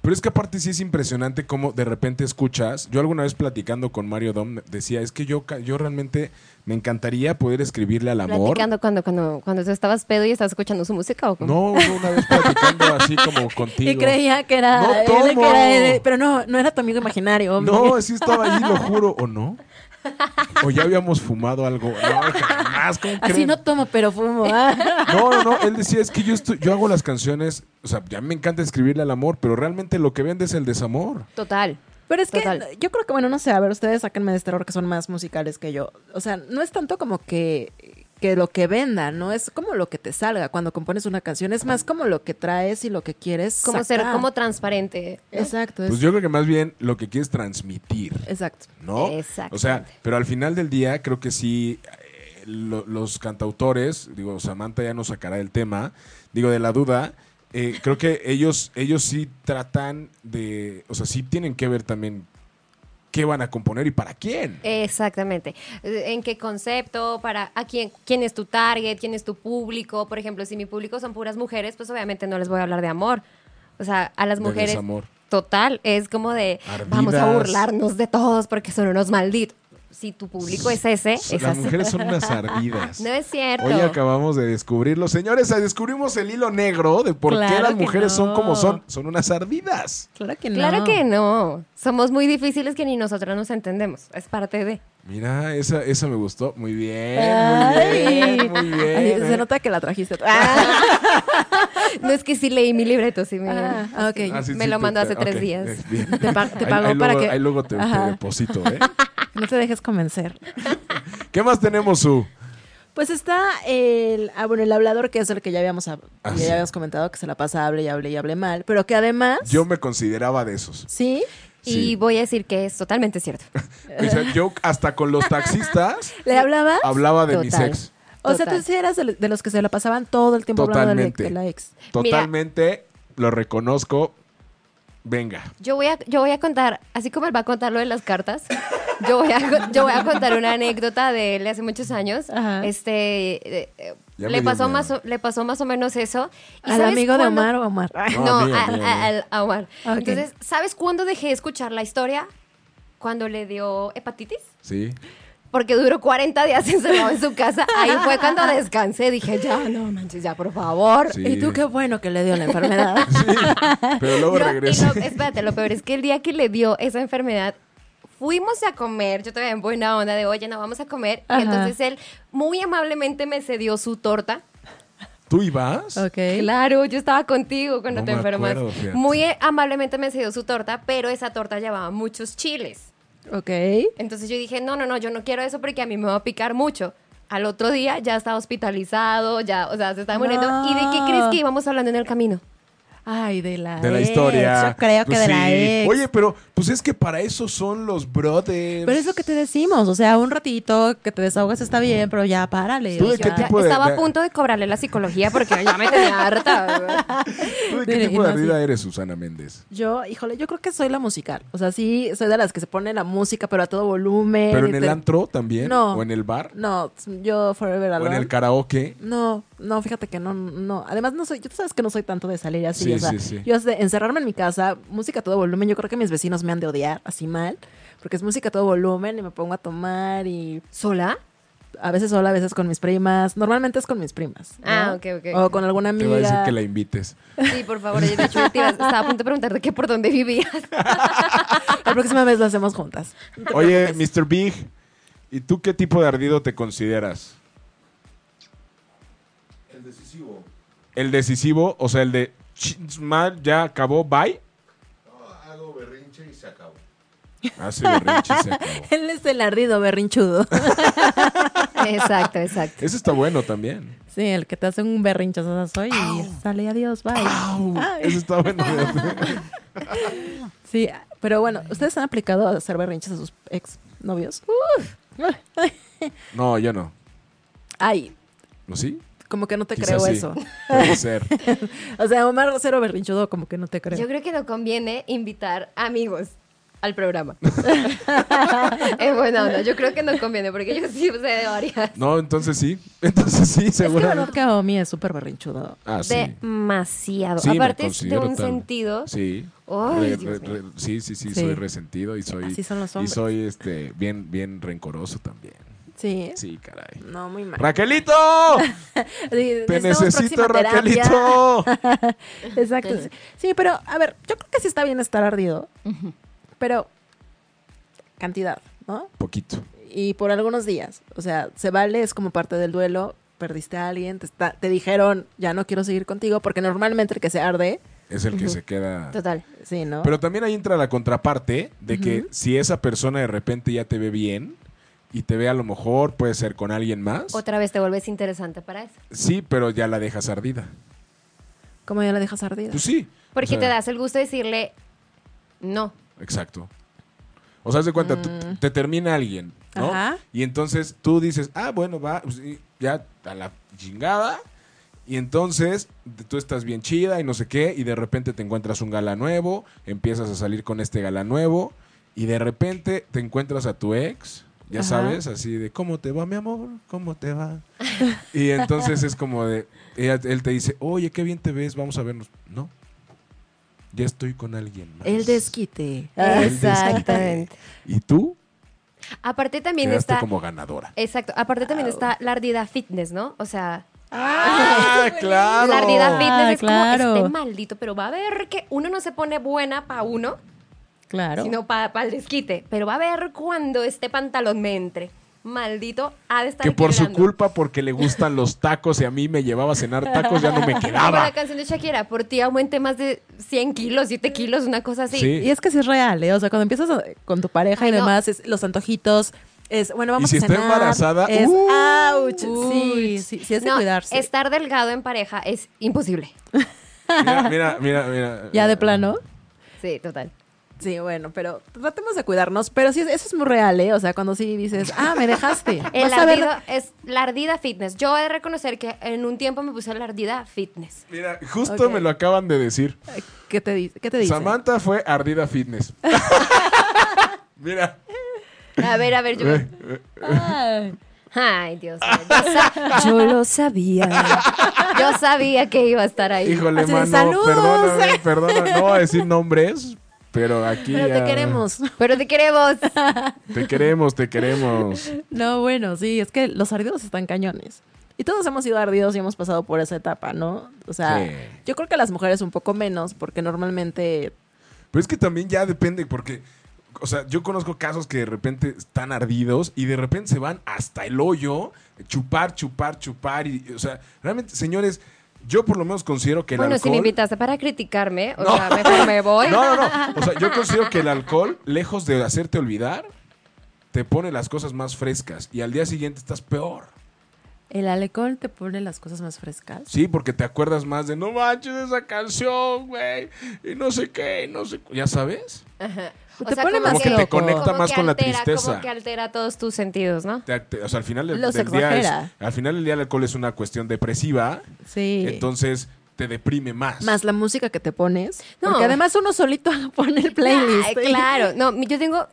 [SPEAKER 2] Pero es que aparte sí es impresionante cómo de repente escuchas. Yo alguna vez platicando con Mario Dom decía, es que yo, ca- yo realmente me encantaría poder escribirle al amor.
[SPEAKER 4] Platicando cuando, cuando, cuando tú estabas pedo y estabas escuchando su música o cómo?
[SPEAKER 2] No, no, una vez platicando así como contigo.
[SPEAKER 3] Y creía que era,
[SPEAKER 2] No
[SPEAKER 3] él,
[SPEAKER 2] tomo.
[SPEAKER 3] que era él, pero no, no era tu amigo imaginario. hombre.
[SPEAKER 2] No, sí estaba ahí, lo juro, ¿o no? ¿O ya habíamos fumado algo? No, jamás, ¿cómo
[SPEAKER 3] Así
[SPEAKER 2] creen?
[SPEAKER 3] no tomo, pero fumo. ah.
[SPEAKER 2] No, no, no, él decía, es que yo, estoy- yo hago las canciones, o sea, ya me encanta escribirle al amor, pero realmente lo que vende es el desamor.
[SPEAKER 4] Total.
[SPEAKER 3] Pero es que
[SPEAKER 4] Total.
[SPEAKER 3] yo creo que, bueno, no sé, a ver, ustedes sáquenme de este error que son más musicales que yo. O sea, no es tanto como que, que lo que venda, ¿no? Es como lo que te salga cuando compones una canción. Es más como lo que traes y lo que quieres.
[SPEAKER 4] Como ser
[SPEAKER 3] sacar.
[SPEAKER 4] como transparente.
[SPEAKER 3] Exacto, es-
[SPEAKER 2] Pues yo creo que más bien lo que quieres transmitir.
[SPEAKER 3] exacto.
[SPEAKER 2] ¿no?
[SPEAKER 4] Exactamente.
[SPEAKER 2] O sea, pero al final del día creo que sí, eh, lo- los cantautores, digo, Samantha ya nos sacará el tema, digo, de la duda, eh, creo que ellos, ellos sí tratan de, o sea, sí tienen que ver también qué van a componer y para quién.
[SPEAKER 4] Exactamente. Eh, ¿En qué concepto? ¿Para a quién, quién es tu target? ¿Quién es tu público? Por ejemplo, si mi público son puras mujeres, pues obviamente no les voy a hablar de amor. O sea, a las
[SPEAKER 2] De
[SPEAKER 4] mujeres
[SPEAKER 2] desamor.
[SPEAKER 4] total es como de vamos a
[SPEAKER 2] Ardidas.
[SPEAKER 4] burlarnos de todos porque son unos malditos. Si tu público es ese,
[SPEAKER 2] S-
[SPEAKER 4] es
[SPEAKER 2] Las
[SPEAKER 4] así.
[SPEAKER 2] mujeres son unas ardidas.
[SPEAKER 4] No es cierto.
[SPEAKER 2] Hoy acabamos de descubrirlo. Señores, descubrimos el hilo negro de por qué
[SPEAKER 3] Claro
[SPEAKER 2] las
[SPEAKER 3] que
[SPEAKER 2] mujeres son como
[SPEAKER 3] no.
[SPEAKER 2] son. Son unas ardidas.
[SPEAKER 3] Claro que no.
[SPEAKER 4] Claro que no. Somos muy difíciles que ni nosotros nos entendemos. Es parte de.
[SPEAKER 2] Mira, esa, esa me gustó. Muy bien, muy
[SPEAKER 3] Ay.
[SPEAKER 2] bien, muy bien.
[SPEAKER 3] Ay,
[SPEAKER 2] ¿eh?
[SPEAKER 3] se nota que la trajiste. Ah,
[SPEAKER 4] No es que sí leí mi libreto, sí me.
[SPEAKER 3] ah, ok.
[SPEAKER 2] Ah, sí,
[SPEAKER 4] Me
[SPEAKER 2] sí,
[SPEAKER 4] lo
[SPEAKER 2] te-
[SPEAKER 4] mandó hace
[SPEAKER 2] te-
[SPEAKER 4] tres
[SPEAKER 2] ok,
[SPEAKER 4] días.
[SPEAKER 2] eh, bien.
[SPEAKER 3] Te pa- te
[SPEAKER 2] Ahí-
[SPEAKER 3] pagó
[SPEAKER 2] ahí
[SPEAKER 3] para
[SPEAKER 2] luego-
[SPEAKER 3] que-
[SPEAKER 2] Ahí luego te, te
[SPEAKER 3] Ajá.
[SPEAKER 2] deposito, ¿eh?
[SPEAKER 3] No te dejes convencer.
[SPEAKER 2] ¿Qué más tenemos, Su?
[SPEAKER 3] Pues está el, ah, bueno, el hablador, que es el que ya habíamos, hab-
[SPEAKER 2] Ah,
[SPEAKER 3] ya
[SPEAKER 2] sí.
[SPEAKER 3] habíamos comentado, que se la pasa, hable y hable y hable mal, pero que además...
[SPEAKER 2] Yo me consideraba de esos.
[SPEAKER 3] Sí,
[SPEAKER 2] Sí.
[SPEAKER 4] Y voy a decir que es totalmente cierto.
[SPEAKER 2] O sea, yo hasta con los taxistas
[SPEAKER 3] ¿Le hablabas?
[SPEAKER 2] hablaba de mis
[SPEAKER 4] Total.
[SPEAKER 2] ex.
[SPEAKER 3] O sea, tú
[SPEAKER 4] Total.
[SPEAKER 3] sí eras de de los que se la pasaban todo el tiempo hablando del-
[SPEAKER 2] Totalmente.
[SPEAKER 3] de la ex.
[SPEAKER 2] Totalmente, lo reconozco. Venga.
[SPEAKER 4] Yo voy, a, yo voy a contar, así como él va a contar lo de las cartas, yo voy a, yo voy a contar una anécdota de él hace muchos años.
[SPEAKER 3] Ajá.
[SPEAKER 4] Este, eh, eh,
[SPEAKER 2] Ya me
[SPEAKER 4] le,
[SPEAKER 2] dio
[SPEAKER 4] pasó
[SPEAKER 2] miedo.
[SPEAKER 4] más, o- le pasó más o menos eso. ¿Y
[SPEAKER 3] ¿Al
[SPEAKER 4] sabes
[SPEAKER 3] amigo de
[SPEAKER 4] cuándo?
[SPEAKER 3] Omar o Omar?
[SPEAKER 2] No,
[SPEAKER 4] No,
[SPEAKER 2] amiga,
[SPEAKER 4] al-
[SPEAKER 2] amiga, amiga.
[SPEAKER 4] al- a Omar.
[SPEAKER 3] Ok.
[SPEAKER 4] Entonces, ¿sabes cuándo dejé de escuchar la historia? Cuando le dio hepatitis.
[SPEAKER 2] Sí.
[SPEAKER 4] Porque duró 40 días encerrado en su casa. Ahí fue cuando descansé. Dije, ya, no manches, ya, por favor.
[SPEAKER 2] Sí.
[SPEAKER 3] Y tú qué bueno que le dio la enfermedad.
[SPEAKER 2] Pero luego
[SPEAKER 4] No, y
[SPEAKER 2] regresé.
[SPEAKER 4] lo- espérate, lo peor es que el día que le dio esa enfermedad, fuimos a comer. Yo todavía en buena onda de, oye, no, vamos a comer.
[SPEAKER 3] Ajá.
[SPEAKER 4] Y entonces él muy amablemente me cedió su torta.
[SPEAKER 2] ¿Tú ibas?
[SPEAKER 3] ok.
[SPEAKER 4] Claro, yo estaba contigo cuando
[SPEAKER 2] No
[SPEAKER 4] te
[SPEAKER 2] me
[SPEAKER 4] enfermas.
[SPEAKER 2] acuerdo, fíjate.
[SPEAKER 4] muy eh, amablemente me cedió su torta, pero esa torta llevaba muchos chiles.
[SPEAKER 3] Ok.
[SPEAKER 4] Entonces yo dije, no, no, no, yo no quiero eso porque a mí me va a picar mucho. Al otro día ya estaba hospitalizado, ya, o sea, se estaba muriendo.
[SPEAKER 3] No.
[SPEAKER 4] ¿Y de qué crees que íbamos hablando en el camino?
[SPEAKER 3] Ay, de la
[SPEAKER 2] De la
[SPEAKER 3] ex.
[SPEAKER 2] historia.
[SPEAKER 3] Yo creo
[SPEAKER 2] Pues
[SPEAKER 3] que de la
[SPEAKER 2] sí.
[SPEAKER 3] ex.
[SPEAKER 2] Oye, pero pues es que para eso son los brothers.
[SPEAKER 3] Pero es lo que te decimos, o sea, un ratito que te desahogas está bien, pero ya párale.
[SPEAKER 2] ¿Tú
[SPEAKER 3] o
[SPEAKER 2] de qué
[SPEAKER 3] sea.
[SPEAKER 2] tipo de-
[SPEAKER 4] Estaba
[SPEAKER 2] de-
[SPEAKER 4] a punto de cobrarle la psicología porque ya me tenía harta.
[SPEAKER 2] ¿Tú de qué
[SPEAKER 3] Mire,
[SPEAKER 2] tipo de
[SPEAKER 3] y no, sí.
[SPEAKER 2] ardida eres, Susana Méndez?
[SPEAKER 3] Yo, híjole, yo creo que soy la musical. O sea, sí, soy de las que se pone la música, pero a todo volumen.
[SPEAKER 2] ¿Pero
[SPEAKER 3] y
[SPEAKER 2] en el
[SPEAKER 3] te-
[SPEAKER 2] antro también?
[SPEAKER 3] Eh, No.
[SPEAKER 2] ¿O en el bar?
[SPEAKER 3] No, yo Forever
[SPEAKER 2] ¿O en
[SPEAKER 3] Alone.
[SPEAKER 2] el karaoke?
[SPEAKER 3] No, no, fíjate que no, no. Además, no soy, yo tú sabes que no soy tanto de salir así.
[SPEAKER 2] Sí,
[SPEAKER 3] o sea,
[SPEAKER 2] sí, sí.
[SPEAKER 3] Yo es de encerrarme en mi casa, música a todo volumen. Yo creo que mis vecinos me han de odiar así mal, porque es música a todo volumen y me pongo a tomar y
[SPEAKER 4] ¿Sola?
[SPEAKER 3] a veces sola, a veces con mis primas. Normalmente es con mis primas. ¿no?
[SPEAKER 4] Ah, ok, ok.
[SPEAKER 3] O con alguna
[SPEAKER 2] Te
[SPEAKER 3] amiga.
[SPEAKER 2] va a decir que la invites.
[SPEAKER 4] Sí, por favor, yo de hecho te iba- estaba a punto de preguntarte que por dónde vivías.
[SPEAKER 3] Ah, La próxima vez lo hacemos juntas.
[SPEAKER 2] Oye, Mr. Big, ¿y tú qué tipo de ardido te consideras? El decisivo. ¿El decisivo? O sea, el de "Chin, mal, ya acabó, bye.
[SPEAKER 5] Hago berrinche y se acabó.
[SPEAKER 2] Hace berrinche y se acabó.
[SPEAKER 3] Él es el ardido berrinchudo.
[SPEAKER 4] Exacto, exacto.
[SPEAKER 2] Ese está bueno también.
[SPEAKER 3] Sí, el que te hace un berrinchazo soy
[SPEAKER 2] Ah.
[SPEAKER 3] y sale adiós, bye.
[SPEAKER 2] Au,
[SPEAKER 3] Ay.
[SPEAKER 2] Ese está bueno.
[SPEAKER 3] Sí, pero bueno, ¿ustedes han aplicado a hacer berrinches a sus ex novios?
[SPEAKER 2] No, yo no.
[SPEAKER 3] Ay,
[SPEAKER 2] ¿No sí?
[SPEAKER 3] como que no te
[SPEAKER 2] Quizás
[SPEAKER 3] creo
[SPEAKER 2] sí.
[SPEAKER 3] eso.
[SPEAKER 2] Puede ser.
[SPEAKER 3] O sea, Omar cero berrinchudo, como que no te creo.
[SPEAKER 4] Yo creo que no conviene invitar amigos al programa. Eh, bueno, no, yo creo que no conviene porque yo sí sé de varias.
[SPEAKER 2] No, entonces sí. Entonces sí,
[SPEAKER 3] es que la
[SPEAKER 2] seguramente.
[SPEAKER 3] verdad que Omi es súper berrinchudo.
[SPEAKER 2] Ah, sí.
[SPEAKER 4] Demasiado.
[SPEAKER 2] Sí, me
[SPEAKER 4] Aparte es de
[SPEAKER 2] considero
[SPEAKER 4] un
[SPEAKER 2] tal.
[SPEAKER 4] sentido.
[SPEAKER 2] Sí.
[SPEAKER 4] Ay,
[SPEAKER 2] Re-
[SPEAKER 4] Dios
[SPEAKER 2] re-
[SPEAKER 4] mío.
[SPEAKER 2] re- sí, sí, sí,
[SPEAKER 3] Sí.
[SPEAKER 2] soy resentido y soy
[SPEAKER 3] Así son los
[SPEAKER 2] y
[SPEAKER 3] hombres.
[SPEAKER 2] soy este bien bien rencoroso también.
[SPEAKER 3] Sí.
[SPEAKER 2] Sí, caray.
[SPEAKER 3] No, muy mal.
[SPEAKER 2] Raquelito,
[SPEAKER 3] Sí,
[SPEAKER 2] te
[SPEAKER 3] necesitamos
[SPEAKER 2] necesito,
[SPEAKER 3] próxima terapia.
[SPEAKER 2] Raquelito.
[SPEAKER 3] Exacto. Sí, pero a ver, yo creo que sí está bien estar ardido, pero cantidad, ¿no?
[SPEAKER 2] Poquito.
[SPEAKER 3] y por algunos días. O sea, se vale, es como parte del duelo. Perdiste a alguien, te, está- te dijeron, ya no quiero seguir contigo, porque normalmente el que se arde,
[SPEAKER 2] Es el que se queda.
[SPEAKER 4] Total.
[SPEAKER 3] sí, ¿no?
[SPEAKER 2] Pero también ahí entra la contraparte de que si esa persona de repente ya te ve bien y te ve a lo mejor puede ser con alguien más.
[SPEAKER 4] Otra vez te vuelves interesante para eso.
[SPEAKER 2] Sí, pero ya la dejas ardida.
[SPEAKER 3] ¿Cómo ya la dejas ardida?
[SPEAKER 2] Pues sí. o
[SPEAKER 4] Porque
[SPEAKER 2] sea,
[SPEAKER 4] te das el gusto de decirle no.
[SPEAKER 2] Exacto. O sea, haz de cuenta, tú- te termina alguien, ¿no?
[SPEAKER 3] Mm. Ajá.
[SPEAKER 2] Y entonces tú dices, ah, bueno, va, pues, y ya a la chingada. Y entonces t- tú estás bien chida y no sé qué, y de repente te encuentras un gala nuevo, empiezas a salir con este gala nuevo, y de repente te encuentras a tu ex, ya
[SPEAKER 3] Ajá.
[SPEAKER 2] sabes, así de, ¿cómo te va, mi amor? ¿Cómo te va? Y entonces es como de, ella- él te dice, oye, qué bien te ves, vamos a vernos. No, ya estoy con alguien más.
[SPEAKER 3] El desquite. Eh,
[SPEAKER 2] El
[SPEAKER 4] Exactamente.
[SPEAKER 2] desquite. Y tú
[SPEAKER 4] Aparte también
[SPEAKER 2] quedaste
[SPEAKER 4] está.
[SPEAKER 2] como ganadora.
[SPEAKER 4] Exacto. Aparte también está la ardida fitness, ¿no? O sea,
[SPEAKER 2] ¡Ah, claro!
[SPEAKER 4] La ardida fitness
[SPEAKER 3] Ah,
[SPEAKER 4] es
[SPEAKER 3] claro.
[SPEAKER 4] como este maldito, pero va a ver que uno no se pone buena para uno,
[SPEAKER 3] Claro.
[SPEAKER 4] sino para el desquite. Pero va a ver cuando este pantalón me entre. Maldito, ha de estar
[SPEAKER 2] Que por su
[SPEAKER 4] llorando.
[SPEAKER 2] culpa, porque le gustan los tacos y a mí me llevaba a cenar tacos, ya no me
[SPEAKER 4] Como
[SPEAKER 2] quedaba.
[SPEAKER 4] la canción de Shakira, por ti aumenté más de 100 kilos, 7 kilos, una cosa así.
[SPEAKER 2] Sí.
[SPEAKER 3] Y es que sí es real, ¿eh? O sea, cuando empiezas a- con tu pareja
[SPEAKER 4] Ay,
[SPEAKER 3] y
[SPEAKER 4] no.
[SPEAKER 3] demás, es los antojitos, es, bueno,
[SPEAKER 2] Y
[SPEAKER 3] vamos
[SPEAKER 2] si
[SPEAKER 3] a
[SPEAKER 2] está
[SPEAKER 3] cenar.
[SPEAKER 2] embarazada,
[SPEAKER 3] es,
[SPEAKER 2] ¡uh!
[SPEAKER 3] ouch.
[SPEAKER 4] Uy.
[SPEAKER 3] Sí, sí, sí, es de
[SPEAKER 4] No,
[SPEAKER 3] cuidarse.
[SPEAKER 4] Estar delgado en pareja es imposible.
[SPEAKER 2] Mira, mira, mira, mira.
[SPEAKER 3] Ya de plano.
[SPEAKER 4] Sí, total.
[SPEAKER 3] Sí, bueno, pero tratemos de cuidarnos. Pero sí, eso es muy real, ¿eh? O sea, cuando sí dices, ah, me dejaste.
[SPEAKER 4] El
[SPEAKER 3] Vas a ver-
[SPEAKER 4] ardido es la ardida fitness. Yo he de reconocer que en un tiempo me puse la ardida fitness.
[SPEAKER 2] Mira, justo
[SPEAKER 3] Ok.
[SPEAKER 2] me lo acaban de decir.
[SPEAKER 3] ¿Qué te, di- qué te dice?
[SPEAKER 2] Samantha fue ardida fitness. Mira. eh,
[SPEAKER 4] A ver, a ver, yo.
[SPEAKER 2] ve,
[SPEAKER 3] Ay.
[SPEAKER 4] Ay, Dios mío. Yo,
[SPEAKER 3] Ah.
[SPEAKER 4] sa- yo lo sabía. Yo sabía que iba a estar ahí.
[SPEAKER 2] Híjole,
[SPEAKER 3] Así de,
[SPEAKER 2] mano.
[SPEAKER 3] "Saludos".
[SPEAKER 2] Perdóname, perdóname. No voy a decir nombres, pero aquí.
[SPEAKER 3] Pero te
[SPEAKER 2] ya-
[SPEAKER 3] queremos.
[SPEAKER 4] Pero te queremos.
[SPEAKER 2] Te queremos, te queremos.
[SPEAKER 3] No, bueno, sí, es que los ardidos están cañones. Y todos hemos sido ardidos y hemos pasado por esa etapa, ¿no? O sea,
[SPEAKER 2] Sí.
[SPEAKER 3] yo creo que las mujeres un poco menos, porque normalmente
[SPEAKER 2] Pero es que también ya depende, porque. O sea, yo conozco casos que de repente están ardidos y de repente se van hasta el hoyo, chupar, chupar, chupar. Y, o sea, realmente, señores, yo por lo menos considero que el
[SPEAKER 4] Bueno, si me
[SPEAKER 2] alcohol-
[SPEAKER 4] invitaste para criticarme, o
[SPEAKER 2] No.
[SPEAKER 4] sea, mejor me voy.
[SPEAKER 2] No, no, no. O sea, yo considero que el alcohol, lejos de hacerte olvidar, te pone las cosas más frescas y al día siguiente estás peor.
[SPEAKER 3] el alcohol te pone las cosas más frescas.
[SPEAKER 2] Sí, porque te acuerdas más de no manches esa canción, güey, y no sé qué, y no sé, cu-". ya sabes.
[SPEAKER 4] O
[SPEAKER 3] Te
[SPEAKER 4] sea,
[SPEAKER 3] pone
[SPEAKER 4] como
[SPEAKER 3] más
[SPEAKER 4] que-
[SPEAKER 3] loco.
[SPEAKER 2] Como que te conecta
[SPEAKER 4] como
[SPEAKER 2] más
[SPEAKER 4] que
[SPEAKER 2] con la
[SPEAKER 4] altera,
[SPEAKER 2] tristeza.
[SPEAKER 4] Como que altera todos tus sentidos, ¿no?
[SPEAKER 2] Te- te- o sea, al final del,
[SPEAKER 3] Los
[SPEAKER 2] del día es-
[SPEAKER 3] exagera.
[SPEAKER 2] al final del día el alcohol es una cuestión depresiva,
[SPEAKER 3] Sí.
[SPEAKER 2] entonces te deprime más.
[SPEAKER 3] Más la música que te pones.
[SPEAKER 4] No.
[SPEAKER 3] Porque además uno solito pone el playlist.
[SPEAKER 4] Ay, claro. No, mi- yo tengo,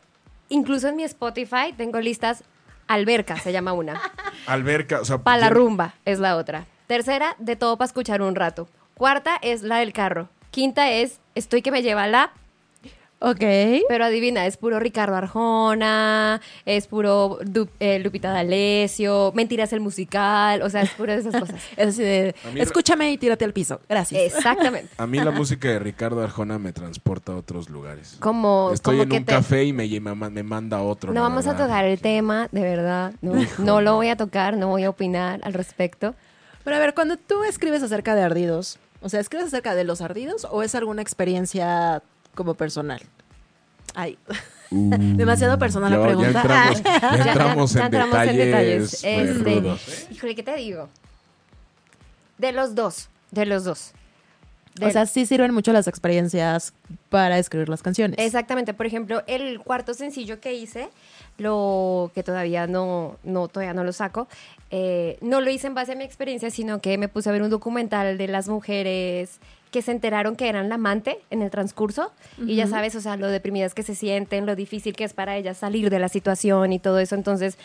[SPEAKER 4] incluso en mi Spotify, tengo listas alberca, se llama una.
[SPEAKER 2] Alberca, o sea,
[SPEAKER 4] Pa' la
[SPEAKER 2] yo-
[SPEAKER 4] rumba es la otra. Tercera, de todo para escuchar un rato. Cuarta es la del carro. Quinta es estoy que me lleva la,
[SPEAKER 3] Ok.
[SPEAKER 4] pero adivina, es puro Ricardo Arjona, es puro Du- eh, Lupita D'Alessio, Mentiras el musical, o sea, es puro de esas cosas.
[SPEAKER 3] Es así de,
[SPEAKER 2] A mí-
[SPEAKER 3] escúchame y tírate al piso. Gracias.
[SPEAKER 4] Exactamente.
[SPEAKER 2] A mí la música de Ricardo Arjona me transporta a otros lugares.
[SPEAKER 4] Como,
[SPEAKER 2] Estoy
[SPEAKER 4] como
[SPEAKER 2] en
[SPEAKER 4] que
[SPEAKER 2] un
[SPEAKER 4] te-
[SPEAKER 2] café y me, lle- me manda a otro.
[SPEAKER 4] No
[SPEAKER 2] la
[SPEAKER 4] vamos a
[SPEAKER 2] verdad.
[SPEAKER 4] tocar el tema, de verdad. No,
[SPEAKER 2] Híjole.
[SPEAKER 4] no lo voy a tocar, no voy a opinar al respecto.
[SPEAKER 3] Pero a ver, cuando tú escribes acerca de ardidos, o sea, ¿escribes acerca de los ardidos o es alguna experiencia como personal? Ay, demasiado personal
[SPEAKER 2] Mm, Ya-
[SPEAKER 3] la
[SPEAKER 2] ya
[SPEAKER 3] pregunta.
[SPEAKER 2] entramos-
[SPEAKER 3] Ah,
[SPEAKER 2] ya entramos en detalles
[SPEAKER 4] Este,
[SPEAKER 2] perrudos.
[SPEAKER 4] híjole, ¿qué te digo? De los dos, de los dos.
[SPEAKER 3] o sea, sí sirven mucho las experiencias para escribir las canciones.
[SPEAKER 4] Exactamente, por ejemplo, el cuarto sencillo que hice, lo que todavía no, no todavía no lo saco, eh, no lo hice en base a mi experiencia, sino que me puse a ver un documental de las mujeres que se enteraron que eran la amante en el transcurso y ya sabes, o sea, lo deprimidas que se sienten, lo difícil que es para ellas salir de la situación y todo eso, entonces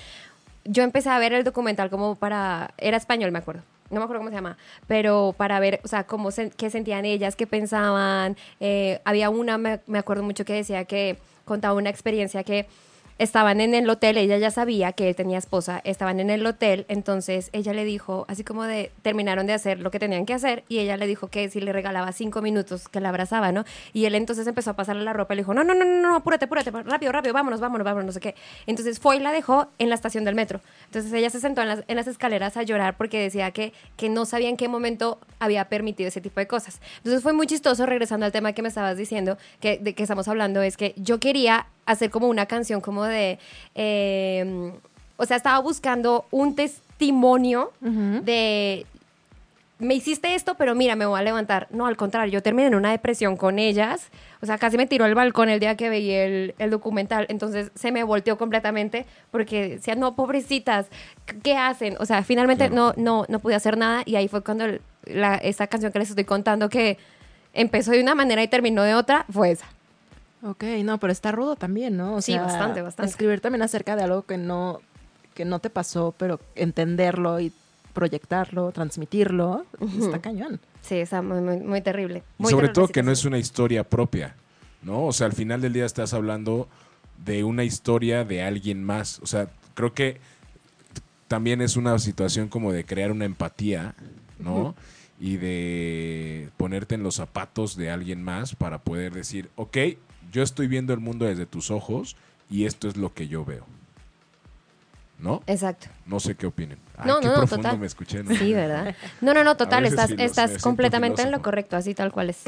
[SPEAKER 4] yo empecé a ver el documental como para. Era español, me acuerdo. No me acuerdo cómo se llama. Pero para ver, o sea, cómo se- qué sentían ellas, qué pensaban. Eh, había una, me, me acuerdo mucho, que decía que contaba una experiencia que estaban en el hotel. Ella ya sabía que él tenía esposa. Estaban en el hotel. Entonces ella le dijo, así como de. Terminaron de hacer lo que tenían que hacer. Y ella le dijo que si le regalaba cinco minutos, que la abrazaba, ¿no? Y él entonces empezó a pasarle la ropa. Le dijo, no, no, no, no, no, apúrate, apúrate, rápido, rápido, vámonos, vámonos, vámonos, no sé qué. Entonces fue y la dejó en la estación del metro. Entonces ella se sentó en las, en las escaleras a llorar porque decía que, que no sabía en qué momento había permitido ese tipo de cosas. Entonces fue muy chistoso, regresando al tema que me estabas diciendo, que, de que estamos hablando, es que yo quería hacer como una canción como de... eh, o sea, estaba buscando un testimonio de me hiciste esto, pero mira, me voy a levantar. No, al contrario, yo terminé en una depresión con ellas. O sea, casi me tiró al balcón el día que veí el, el documental. Entonces se me volteó completamente porque decía, no, pobrecitas, ¿qué hacen? O sea, finalmente no, no, no pude hacer nada. Y ahí fue cuando el- la, esa canción que les estoy contando que empezó de una manera y terminó de otra, fue esa.
[SPEAKER 3] Ok, no, pero está rudo también, ¿no? O
[SPEAKER 4] Sí,
[SPEAKER 3] sea,
[SPEAKER 4] bastante, bastante.
[SPEAKER 3] Escribir también acerca de algo que no, que no te pasó, pero entenderlo y proyectarlo, transmitirlo, está cañón.
[SPEAKER 4] Sí, esa muy, muy, muy terrible.
[SPEAKER 2] Y
[SPEAKER 4] Muy
[SPEAKER 2] sobre
[SPEAKER 4] terrible
[SPEAKER 2] todo que no es
[SPEAKER 4] situación.
[SPEAKER 2] una historia propia, ¿no? O sea, al final del día estás hablando de una historia de alguien más. O sea, creo que también es una situación como de crear una empatía, ¿no? Y de ponerte en los zapatos de alguien más para poder decir, ok, yo estoy viendo el mundo desde tus ojos y esto es lo que yo veo. ¿No?
[SPEAKER 4] Exacto.
[SPEAKER 2] No sé qué opinen. Ay,
[SPEAKER 4] No,
[SPEAKER 2] qué
[SPEAKER 4] no, no,
[SPEAKER 2] profundo
[SPEAKER 4] total.
[SPEAKER 2] me escuché. ¿no?
[SPEAKER 4] Sí, ¿verdad? No, no, no, total,
[SPEAKER 2] veces
[SPEAKER 4] estás,
[SPEAKER 2] filo- me
[SPEAKER 4] estás
[SPEAKER 2] siento
[SPEAKER 4] completamente en lo
[SPEAKER 2] filósofo.
[SPEAKER 4] correcto, así tal cual es.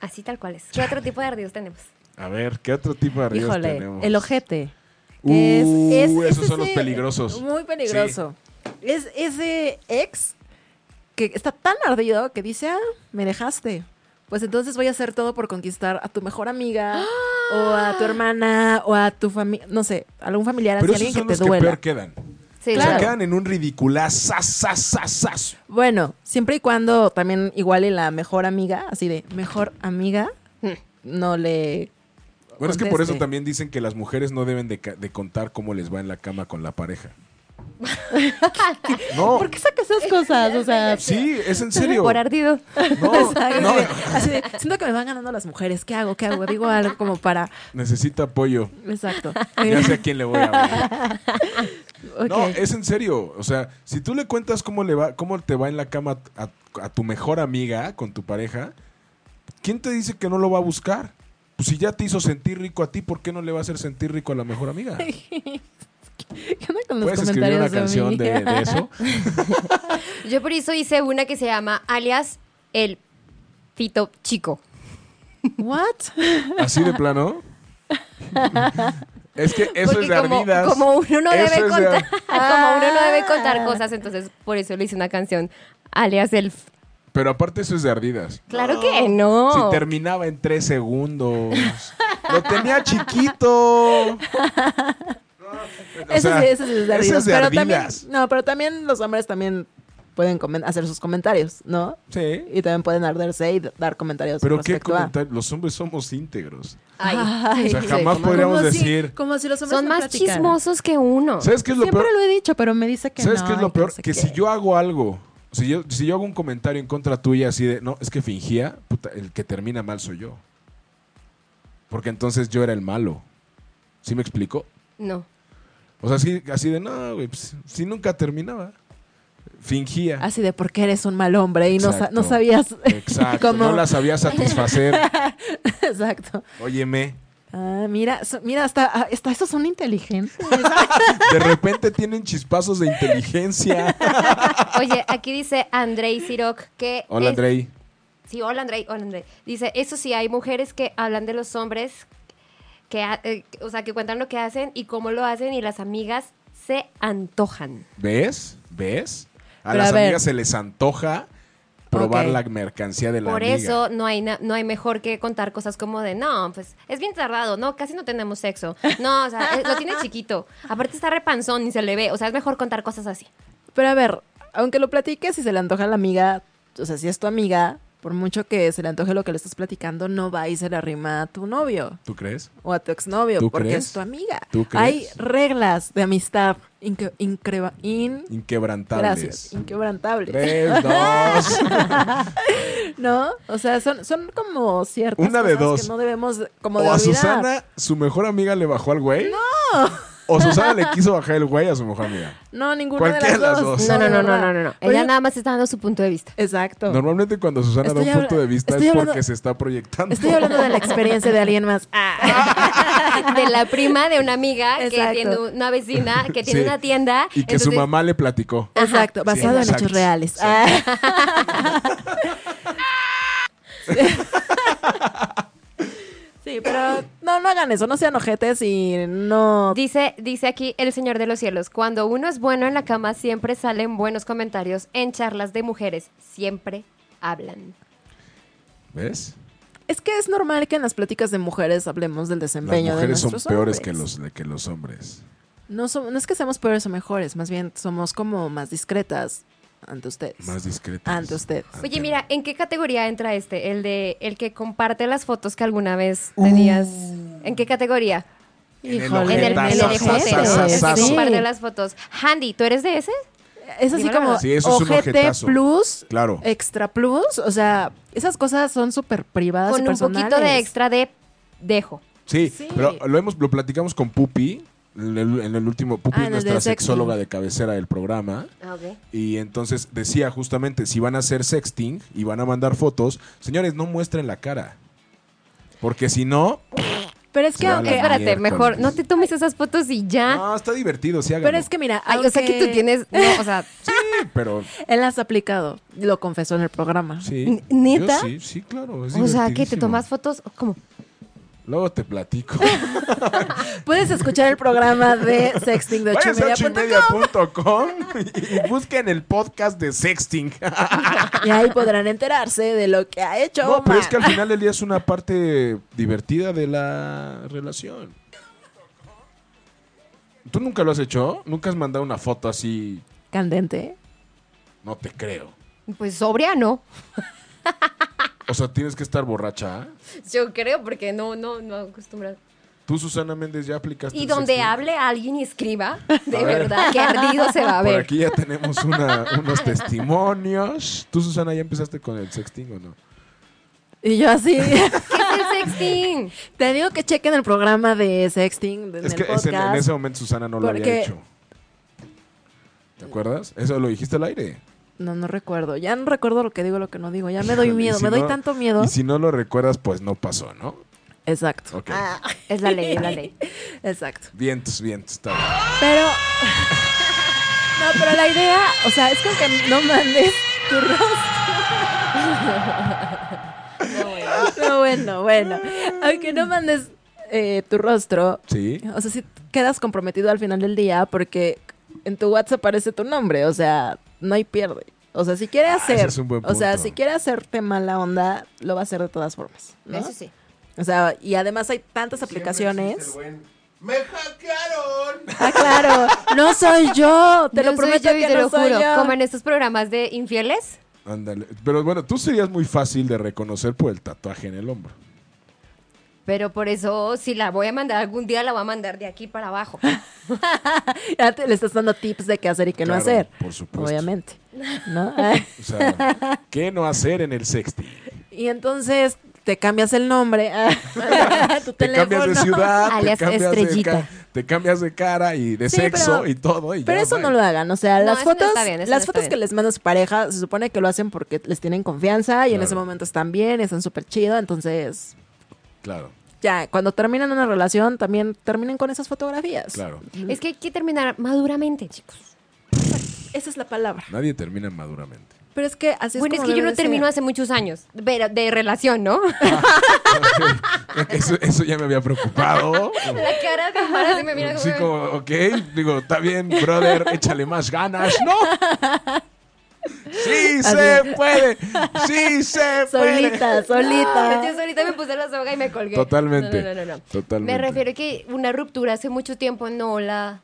[SPEAKER 4] Así tal cual es. ¿Qué otro tipo de ardidos tenemos?
[SPEAKER 2] A ver, ¿qué otro tipo de ríos
[SPEAKER 3] Híjole,
[SPEAKER 2] tenemos?
[SPEAKER 3] el ojete.
[SPEAKER 2] Uh,
[SPEAKER 3] que
[SPEAKER 2] esos
[SPEAKER 3] es
[SPEAKER 2] son los
[SPEAKER 3] ese-
[SPEAKER 2] peligrosos.
[SPEAKER 3] Muy peligroso. Es ese ex que está tan ardido que dice, ah, me dejaste. Pues entonces voy a hacer todo por conquistar a tu mejor amiga, o a tu hermana, o a tu familia, no sé, algún familiar, así
[SPEAKER 2] Pero esos
[SPEAKER 3] alguien que
[SPEAKER 2] son
[SPEAKER 3] te
[SPEAKER 2] los que peor
[SPEAKER 3] duela.
[SPEAKER 2] quedan. O
[SPEAKER 4] Sí,
[SPEAKER 2] sea,
[SPEAKER 3] Claro.
[SPEAKER 2] quedan en un ridiculazazazazaz.
[SPEAKER 3] Bueno, siempre y cuando también igual y la mejor amiga, así de mejor amiga,
[SPEAKER 2] Hmm.
[SPEAKER 3] no le...
[SPEAKER 2] Bueno, es que por
[SPEAKER 3] Conteste.
[SPEAKER 2] eso también dicen que las mujeres no deben de, ca- de contar cómo les va en la cama con la pareja. No,
[SPEAKER 3] ¿Por qué sacas esas cosas? O sea,
[SPEAKER 2] sí, es en serio.
[SPEAKER 4] Por ardido.
[SPEAKER 2] No, Oh. no,
[SPEAKER 3] así de, siento que me van ganando las mujeres, ¿qué hago? ¿Qué hago? Digo algo como para...
[SPEAKER 2] necesita apoyo.
[SPEAKER 3] Exacto. Eh,
[SPEAKER 2] Ya sé a quién le voy a hablar.
[SPEAKER 3] Ok.
[SPEAKER 2] No, eh, es en serio. O sea, si tú le cuentas cómo le va, cómo te va en la cama a, a tu mejor amiga con tu pareja, ¿quién te dice que no lo va a buscar? Pues si ya te hizo sentir rico a ti, ¿por qué no le va a hacer sentir rico a la mejor amiga?
[SPEAKER 3] ¿Qué onda con los
[SPEAKER 2] ¿Puedes escribir
[SPEAKER 3] comentarios
[SPEAKER 2] una canción de,
[SPEAKER 3] amiga?
[SPEAKER 2] de eso?
[SPEAKER 4] Yo por eso hice una que se llama alias el pito chico.
[SPEAKER 3] ¿What?
[SPEAKER 2] ¿Así de plano? es que eso
[SPEAKER 4] Porque
[SPEAKER 2] es de
[SPEAKER 4] como,
[SPEAKER 2] Ardidas.
[SPEAKER 4] como uno no
[SPEAKER 2] Eso
[SPEAKER 4] debe
[SPEAKER 2] es de
[SPEAKER 4] contar,
[SPEAKER 2] Ar-
[SPEAKER 4] como uno no debe contar cosas, entonces por eso le hice una canción alias el f-
[SPEAKER 2] Pero aparte eso es de Ardidas.
[SPEAKER 4] Claro que no.
[SPEAKER 2] Si terminaba en tres segundos. Lo tenía chiquito. O
[SPEAKER 3] Eso
[SPEAKER 2] sea,
[SPEAKER 3] sí, eso sí es de
[SPEAKER 2] ese
[SPEAKER 3] ardidos.
[SPEAKER 2] es de
[SPEAKER 3] pero
[SPEAKER 2] ardidas.
[SPEAKER 3] también, no, pero también los hombres también pueden comen- hacer sus comentarios, ¿no?
[SPEAKER 2] Sí.
[SPEAKER 3] Y también pueden arderse y d- dar comentarios
[SPEAKER 2] Pero qué
[SPEAKER 3] respecto a...
[SPEAKER 2] comentario. Los hombres somos íntegros.
[SPEAKER 4] Ay.
[SPEAKER 2] O sea, jamás
[SPEAKER 3] Como
[SPEAKER 2] podríamos
[SPEAKER 3] si-
[SPEAKER 2] decir.
[SPEAKER 3] como si los hombres
[SPEAKER 4] Son
[SPEAKER 3] no
[SPEAKER 4] más
[SPEAKER 3] platicaran.
[SPEAKER 4] chismosos que uno.
[SPEAKER 2] ¿Sabes qué es lo
[SPEAKER 3] Siempre
[SPEAKER 2] peor?
[SPEAKER 3] lo he dicho, pero me dice que
[SPEAKER 2] ¿Sabes
[SPEAKER 3] no,
[SPEAKER 2] qué es lo
[SPEAKER 3] y
[SPEAKER 2] peor?
[SPEAKER 3] no sé
[SPEAKER 2] Que,
[SPEAKER 3] qué.
[SPEAKER 2] si yo hago algo, si yo, si yo hago un comentario en contra tuya así de, no, es que fingía, puta, el que termina mal soy yo. Porque entonces yo era el malo. ¿Sí me explico?
[SPEAKER 4] No.
[SPEAKER 2] O sea, así, así de, no, güey, pues, si nunca terminaba. Fingía.
[SPEAKER 3] Así de, ¿por qué eres un mal hombre? Y no, sa-
[SPEAKER 2] Exacto.
[SPEAKER 3] no sabías
[SPEAKER 2] Exacto.
[SPEAKER 3] cómo...
[SPEAKER 2] No la sabía satisfacer.
[SPEAKER 3] Exacto.
[SPEAKER 2] Óyeme.
[SPEAKER 3] Ah, mira, so- mira, hasta, ah, hasta esos son inteligentes.
[SPEAKER 2] De repente tienen chispazos de inteligencia.
[SPEAKER 4] Oye, aquí dice Andrei Siroc que.
[SPEAKER 2] Hola,
[SPEAKER 4] es-
[SPEAKER 2] Andrei.
[SPEAKER 4] Sí, hola Andrei, hola Andrei. Dice, eso sí, hay mujeres que hablan de los hombres, que, ha- eh, o sea, que cuentan lo que hacen y cómo lo hacen y las amigas se antojan.
[SPEAKER 2] ¿Ves? ¿Ves? A
[SPEAKER 3] Pero
[SPEAKER 2] las
[SPEAKER 3] a ver.
[SPEAKER 2] amigas se les antoja probar
[SPEAKER 3] Ok.
[SPEAKER 2] la mercancía de la
[SPEAKER 4] Por
[SPEAKER 2] amiga.
[SPEAKER 4] eso no hay, na- no hay mejor que contar cosas como de, no, pues es bien tardado, no, casi no tenemos sexo. No, o sea, eh, lo tiene chiquito. Aparte está repanzón y se le ve, o sea, es mejor contar cosas así.
[SPEAKER 3] Pero a ver, aunque lo platiques, si se le antoja a la amiga, o sea, si es tu amiga, por mucho que se le antoje lo que le estás platicando, no va y se le arrima a tu novio
[SPEAKER 2] ¿Tú crees?
[SPEAKER 3] o a tu exnovio,
[SPEAKER 2] ¿Tú
[SPEAKER 3] porque
[SPEAKER 2] crees?
[SPEAKER 3] es tu amiga.
[SPEAKER 2] ¿Tú crees?
[SPEAKER 3] Hay reglas de amistad inque- increva- in- gracias,
[SPEAKER 2] Inquebrantables.
[SPEAKER 3] inquebrantables,
[SPEAKER 2] Tres, dos.
[SPEAKER 3] ¿no? O sea, son, son como ciertas
[SPEAKER 2] Una de
[SPEAKER 3] cosas
[SPEAKER 2] dos.
[SPEAKER 3] que no debemos como de
[SPEAKER 2] o a
[SPEAKER 3] olvidar.
[SPEAKER 2] Susana, su mejor amiga le bajó al güey. No. O Susana le quiso bajar el güey a su mejor amiga.
[SPEAKER 3] No, ninguna
[SPEAKER 2] Cualquiera
[SPEAKER 3] de las dos.
[SPEAKER 2] dos.
[SPEAKER 4] No, no,
[SPEAKER 3] de
[SPEAKER 4] no, no,
[SPEAKER 3] verdad.
[SPEAKER 4] no, no. no.
[SPEAKER 3] Pero
[SPEAKER 4] Ella
[SPEAKER 3] yo-
[SPEAKER 4] nada más está dando su punto de vista.
[SPEAKER 3] Exacto.
[SPEAKER 2] Normalmente cuando Susana
[SPEAKER 3] Estoy
[SPEAKER 2] da un
[SPEAKER 3] habla-
[SPEAKER 2] punto de vista
[SPEAKER 3] estoy
[SPEAKER 2] es
[SPEAKER 3] hablando-
[SPEAKER 2] porque se está proyectando.
[SPEAKER 3] Estoy hablando de la experiencia de alguien más. Ah.
[SPEAKER 4] de la prima de una amiga que
[SPEAKER 3] Exacto.
[SPEAKER 4] tiene una vecina que tiene
[SPEAKER 2] Sí.
[SPEAKER 4] una tienda
[SPEAKER 2] Y que su
[SPEAKER 4] entonces-
[SPEAKER 2] mamá le platicó.
[SPEAKER 3] Exacto, basado en
[SPEAKER 2] exacto.
[SPEAKER 3] hechos reales. Ah. sí, pero no, no hagan eso, no sean ojetes y no...
[SPEAKER 4] Dice, dice aquí el Señor de los Cielos, cuando uno es bueno en la cama siempre salen buenos comentarios en charlas de mujeres, siempre hablan.
[SPEAKER 2] ¿Ves?
[SPEAKER 3] Es que es normal que en las pláticas de mujeres hablemos del
[SPEAKER 2] Las
[SPEAKER 3] desempeño de
[SPEAKER 2] mujeres son
[SPEAKER 3] nuestros
[SPEAKER 2] peores
[SPEAKER 3] hombres.
[SPEAKER 2] que los, que los hombres.
[SPEAKER 3] No, som- no es que seamos peores o mejores, más bien somos como más discretas ante ustedes.
[SPEAKER 2] Más discretos.
[SPEAKER 3] Ante ustedes.
[SPEAKER 4] Oye, mira, ¿en qué categoría entra este? El de el que comparte las fotos que alguna vez
[SPEAKER 2] Uh.
[SPEAKER 4] tenías. ¿En qué categoría?
[SPEAKER 2] el
[SPEAKER 3] Híjole.
[SPEAKER 4] En el, en el
[SPEAKER 2] Ojetazo,
[SPEAKER 4] ojete, ¿no?
[SPEAKER 2] ojetazo,
[SPEAKER 4] El que
[SPEAKER 2] ojetazo.
[SPEAKER 4] comparte las fotos. Handy, ¿tú eres de ese?
[SPEAKER 3] Es así
[SPEAKER 4] Dime la
[SPEAKER 3] como
[SPEAKER 4] verdad.
[SPEAKER 2] Sí, eso es un
[SPEAKER 3] ojete
[SPEAKER 2] ojetazo.
[SPEAKER 3] plus,
[SPEAKER 2] Claro.
[SPEAKER 3] extra plus, o sea, esas cosas son súper privadas y
[SPEAKER 4] Con un poquito de
[SPEAKER 3] personales.
[SPEAKER 4] extra de dejo.
[SPEAKER 2] Sí,
[SPEAKER 3] Sí.
[SPEAKER 2] pero lo hemos, lo platicamos con Pupi en el, en el último, Pupi
[SPEAKER 3] Ah, en
[SPEAKER 2] es
[SPEAKER 3] el
[SPEAKER 2] nuestra
[SPEAKER 3] de sexting.
[SPEAKER 2] sexóloga de cabecera del programa. Y entonces decía justamente, si van a hacer sexting y van a mandar fotos, señores, no muestren la cara. Porque si no,
[SPEAKER 3] Pero es
[SPEAKER 2] Se
[SPEAKER 3] que
[SPEAKER 2] va a
[SPEAKER 3] aunque-
[SPEAKER 2] la
[SPEAKER 4] Espérate,
[SPEAKER 2] miércoles.
[SPEAKER 4] mejor no te tomes esas fotos y ya.
[SPEAKER 2] no, está divertido, sí háganlo.
[SPEAKER 3] Ah. Pero es que mira,
[SPEAKER 4] Ay, O sea que tú
[SPEAKER 3] aunque
[SPEAKER 4] tienes, no, o sea,
[SPEAKER 2] Sí, pero
[SPEAKER 3] Él las ha aplicado, lo confesó en el programa.
[SPEAKER 2] sí.
[SPEAKER 4] N- ¿neta?
[SPEAKER 2] Yo sí, sí, claro. es
[SPEAKER 4] o sea que te
[SPEAKER 2] divertidísimo.
[SPEAKER 4] tomas fotos como
[SPEAKER 2] Luego te platico.
[SPEAKER 3] Puedes escuchar el programa de Sexting de
[SPEAKER 2] Váyanse
[SPEAKER 4] pues,
[SPEAKER 2] a
[SPEAKER 3] 8
[SPEAKER 2] ochoymedia.com y, y busquen el podcast de Sexting. Ah,
[SPEAKER 3] y ahí podrán enterarse de lo que ha hecho.
[SPEAKER 2] ¿eh? No, pero
[SPEAKER 3] Omar.
[SPEAKER 2] es que al final del día es una parte divertida de la relación. ¿Tú nunca lo has hecho? ¿Nunca has mandado una foto así?
[SPEAKER 3] Candente.
[SPEAKER 2] No te creo.
[SPEAKER 4] Pues sobria no.
[SPEAKER 2] O sea, tienes que estar borracha.
[SPEAKER 4] Yo creo, porque no, no, no acostumbrado.
[SPEAKER 2] Tú, Susana Méndez, ya aplicaste.
[SPEAKER 4] Y
[SPEAKER 2] el
[SPEAKER 4] donde
[SPEAKER 2] sexting?
[SPEAKER 4] hable alguien y escriba, de
[SPEAKER 2] A ver.
[SPEAKER 4] verdad, qué ardido se va a
[SPEAKER 2] Por
[SPEAKER 4] ver.
[SPEAKER 2] aquí ya tenemos una- unos testimonios. ¿Tú, Susana, ya empezaste con el sexting o no?
[SPEAKER 3] Y yo así.
[SPEAKER 4] ¿Qué es el sexting?
[SPEAKER 3] Te digo que chequen el programa de Sexting en
[SPEAKER 2] es
[SPEAKER 3] el
[SPEAKER 2] que
[SPEAKER 3] podcast.
[SPEAKER 2] ese- en ese momento Susana no lo había
[SPEAKER 3] porque-
[SPEAKER 2] hecho. ¿Te acuerdas? Eso lo dijiste al aire.
[SPEAKER 3] No, no recuerdo. Ya no recuerdo lo que digo, lo que no digo. Ya me doy
[SPEAKER 2] Híjole, y
[SPEAKER 3] miedo,
[SPEAKER 2] si
[SPEAKER 3] me doy
[SPEAKER 2] no-
[SPEAKER 3] tanto miedo.
[SPEAKER 2] Y si no lo recuerdas, pues no pasó, ¿no?
[SPEAKER 3] Exacto.
[SPEAKER 2] Ok.
[SPEAKER 4] Es la ley, es la ley.
[SPEAKER 3] Exacto.
[SPEAKER 2] Vientos, vientos, está bien.
[SPEAKER 3] Pero. No, pero la idea, o sea, es como que no mandes tu rostro. No, bueno, bueno. Aunque no mandes eh, tu rostro,
[SPEAKER 2] ¿Sí?
[SPEAKER 3] o sea, si quedas comprometido al final del día porque en tu WhatsApp aparece tu nombre, o sea, no hay pierde. O sea, si quiere hacer,
[SPEAKER 2] Ah, ese es un buen
[SPEAKER 3] o sea,
[SPEAKER 2] punto.
[SPEAKER 3] si quiere hacerte mala onda, lo va a hacer de todas formas, ¿no?
[SPEAKER 4] Eso sí.
[SPEAKER 3] O sea, y además hay tantas aplicaciones.
[SPEAKER 5] Siempre existe el buen, ¡Me hackearon!
[SPEAKER 3] Ah, claro. No soy yo. Te
[SPEAKER 4] No
[SPEAKER 3] lo
[SPEAKER 4] soy
[SPEAKER 3] prometo
[SPEAKER 4] yo y
[SPEAKER 3] que
[SPEAKER 4] te
[SPEAKER 3] no
[SPEAKER 4] lo
[SPEAKER 3] soy
[SPEAKER 4] juro.
[SPEAKER 3] yo.
[SPEAKER 4] Como en estos programas de infieles.
[SPEAKER 2] Ándale. Pero bueno, tú serías muy fácil de reconocer por el tatuaje en el hombro.
[SPEAKER 4] Pero por eso, si la voy a mandar algún día, la voy a mandar de aquí para abajo.
[SPEAKER 3] Ya te- le estás dando tips de qué hacer y qué
[SPEAKER 2] Claro,
[SPEAKER 3] no hacer.
[SPEAKER 2] por supuesto.
[SPEAKER 3] Obviamente. ¿No?
[SPEAKER 2] O sea, ¿qué no hacer en el sexting?
[SPEAKER 3] y entonces te cambias el nombre. tu
[SPEAKER 2] Te cambias de ciudad,
[SPEAKER 4] Alias
[SPEAKER 2] te cambias de,
[SPEAKER 4] Estrellita.
[SPEAKER 2] ca- te cambias de cara y de
[SPEAKER 3] Sí,
[SPEAKER 2] sexo
[SPEAKER 3] pero-
[SPEAKER 2] y todo. y
[SPEAKER 3] Pero
[SPEAKER 2] ya,
[SPEAKER 3] eso
[SPEAKER 2] bye.
[SPEAKER 3] no lo hagan, o sea,
[SPEAKER 4] No,
[SPEAKER 3] las
[SPEAKER 4] eso no
[SPEAKER 3] fotos,
[SPEAKER 4] está bien, eso no
[SPEAKER 3] las
[SPEAKER 4] está
[SPEAKER 3] fotos
[SPEAKER 4] bien.
[SPEAKER 3] que les manda su pareja, se supone que lo hacen porque les tienen confianza y en
[SPEAKER 2] Claro.
[SPEAKER 3] ese momento están bien, están súper chido, entonces
[SPEAKER 2] Claro,
[SPEAKER 3] ya, cuando terminan una relación, también terminen con esas fotografías.
[SPEAKER 2] claro.
[SPEAKER 4] es que hay que terminar maduramente, chicos.
[SPEAKER 3] Esa es la palabra.
[SPEAKER 2] Nadie termina maduramente.
[SPEAKER 3] Pero es que así es
[SPEAKER 4] bueno, es
[SPEAKER 3] como
[SPEAKER 4] que yo
[SPEAKER 3] debe
[SPEAKER 4] no
[SPEAKER 3] de
[SPEAKER 4] termino
[SPEAKER 3] ser.
[SPEAKER 4] hace muchos años de, de relación, ¿no?
[SPEAKER 2] Eso, eso ya me había preocupado.
[SPEAKER 4] la cara de Mara se me mira como...
[SPEAKER 2] Sí, como, ok, digo, está bien, brother, échale más ganas, ¿no? Sí se puede, sí se puede.
[SPEAKER 3] Solita, solita.
[SPEAKER 4] Yo ahorita me puse la soga y me colgué.
[SPEAKER 2] Ah. Totalmente,
[SPEAKER 4] No, no, no, no, no.
[SPEAKER 2] totalmente.
[SPEAKER 4] Me refiero que una ruptura hace mucho tiempo no la...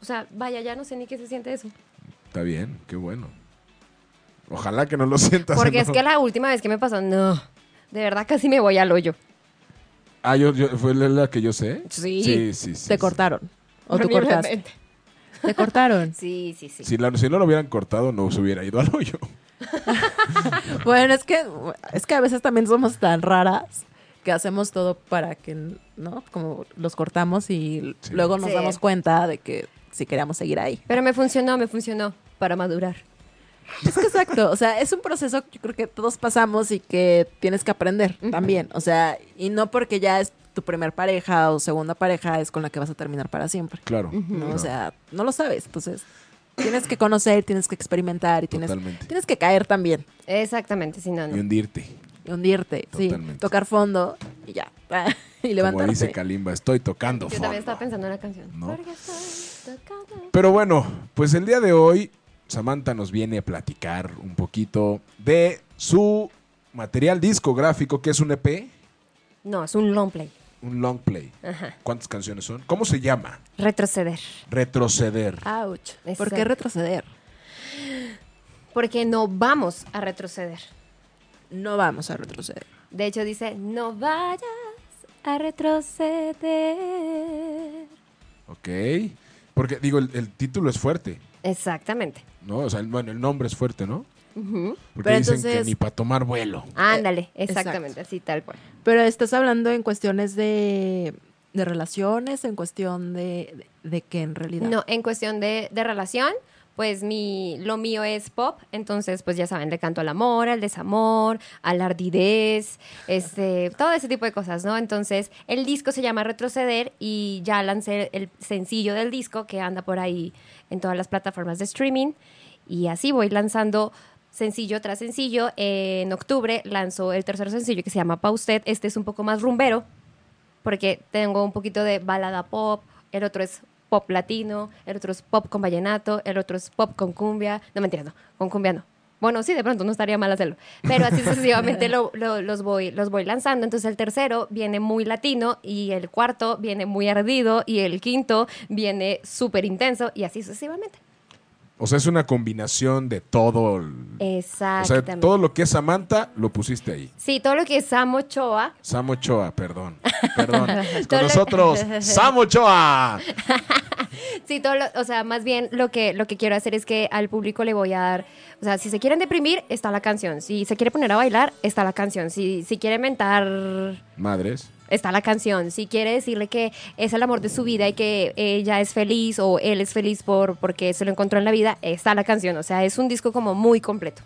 [SPEAKER 4] O sea, vaya, ya no sé ni qué se siente eso.
[SPEAKER 2] Está bien, qué bueno. Ojalá que no lo sientas.
[SPEAKER 4] Porque es
[SPEAKER 2] ¿no?
[SPEAKER 4] que la última vez que me pasó, no. De verdad casi me voy al hoyo.
[SPEAKER 2] Ah, yo, yo- fue la- la que yo sé.
[SPEAKER 4] Sí.
[SPEAKER 2] sí, sí. sí,
[SPEAKER 3] Te
[SPEAKER 2] sí.
[SPEAKER 3] cortaron. O tú cortaste.
[SPEAKER 4] Horriblemente.
[SPEAKER 3] Te cortaron.
[SPEAKER 4] Sí, sí, sí.
[SPEAKER 2] Si, la- si no lo hubieran cortado, no se hubiera ido al hoyo.
[SPEAKER 3] Bueno, es que, es que a veces también somos tan raras que hacemos todo para que, ¿no? Como los cortamos y
[SPEAKER 2] Sí.
[SPEAKER 3] luego nos
[SPEAKER 4] Sí.
[SPEAKER 3] damos cuenta de que si queríamos seguir ahí.
[SPEAKER 4] Pero me funcionó, me funcionó para madurar.
[SPEAKER 3] Es que exacto, o sea, es un proceso que yo creo que todos pasamos y que tienes que aprender también. O sea, y no porque ya es tu primer pareja o segunda pareja es con la que vas a terminar para siempre.
[SPEAKER 2] Claro.
[SPEAKER 3] ¿no?
[SPEAKER 2] claro.
[SPEAKER 3] O sea, no lo sabes. Entonces, tienes que conocer, tienes que experimentar y tienes,
[SPEAKER 2] Totalmente.
[SPEAKER 3] tienes que caer también,
[SPEAKER 4] Exactamente, sí, no,
[SPEAKER 2] y
[SPEAKER 4] no.
[SPEAKER 2] hundirte.
[SPEAKER 3] y hundirte, sí,
[SPEAKER 2] Totalmente.
[SPEAKER 3] tocar fondo y ya. y
[SPEAKER 2] Como
[SPEAKER 3] levantarte.
[SPEAKER 2] dice Kalimba, estoy tocando
[SPEAKER 4] Yo también estaba
[SPEAKER 2] fondo.
[SPEAKER 4] pensando en la canción.
[SPEAKER 2] No.
[SPEAKER 4] Porque estoy tocando.
[SPEAKER 2] Pero bueno, pues el día de hoy Samantha nos viene a platicar un poquito de su material discográfico, que es un EP,
[SPEAKER 4] No, es un long play.
[SPEAKER 2] un long play.
[SPEAKER 4] Ajá.
[SPEAKER 2] ¿Cuántas canciones son? ¿Cómo se llama?
[SPEAKER 4] Retroceder.
[SPEAKER 2] Retroceder.
[SPEAKER 3] Ouch. ¿Por
[SPEAKER 4] Exacto.
[SPEAKER 3] qué retroceder?
[SPEAKER 4] Porque no vamos a retroceder.
[SPEAKER 3] No vamos a retroceder.
[SPEAKER 4] De hecho dice, no vayas a retroceder.
[SPEAKER 2] Ok. Porque digo, el, el título es fuerte,
[SPEAKER 4] Exactamente.
[SPEAKER 2] ¿no? O sea, el, bueno, el nombre es fuerte, ¿no? Porque
[SPEAKER 3] Pero
[SPEAKER 2] dicen que
[SPEAKER 3] entonces-
[SPEAKER 2] ni para tomar vuelo.
[SPEAKER 4] Ándale,
[SPEAKER 3] exacto.
[SPEAKER 4] exactamente, así tal cual.
[SPEAKER 3] Pero estás hablando en cuestiones de, de relaciones, en cuestión de, de, de que en realidad.
[SPEAKER 4] No, en cuestión de, de relación, pues mi, lo mío es pop, entonces pues ya saben, le canto al amor, al desamor, a la ardidez, este, todo ese tipo de cosas, ¿no? Entonces el disco se llama Retroceder y ya lancé el sencillo del disco que anda por ahí en todas las plataformas de streaming y así voy lanzando sencillo tras sencillo. En octubre lanzó el tercer sencillo que se llama Pa' Usted, este es un poco más rumbero, porque tengo un poquito de balada pop, el otro es pop latino, el otro es pop con vallenato, el otro es pop con cumbia. No, mentira, no, con cumbia no. Bueno, sí, de pronto no estaría mal hacerlo, pero así sucesivamente lo- lo- los, voy, los voy lanzando. Entonces el tercero viene muy latino y el cuarto viene muy ardido y el quinto viene súper intenso y así sucesivamente.
[SPEAKER 2] O sea, es una combinación de todo. el- O sea,
[SPEAKER 4] Exactamente.
[SPEAKER 2] todo lo que es Samantha lo pusiste ahí.
[SPEAKER 4] Sí, todo lo que es Samo Choa.
[SPEAKER 2] Samo Ochoa, perdón. Perdón.
[SPEAKER 4] Todo
[SPEAKER 2] Con
[SPEAKER 4] lo-
[SPEAKER 2] nosotros, Samo Ochoa.
[SPEAKER 4] Sí, todo lo- o sea, más bien lo que, lo que quiero hacer es que al público le voy a dar, o sea, si se quieren deprimir, está la canción. Si se quiere poner a bailar, está la canción. Si, si quiere mentar,
[SPEAKER 2] Madres.
[SPEAKER 4] está la canción. Si quiere decirle que es el amor de su vida y que ella es feliz o él es feliz por, porque se lo encontró en la vida, está la canción. O sea, es un disco como muy completo.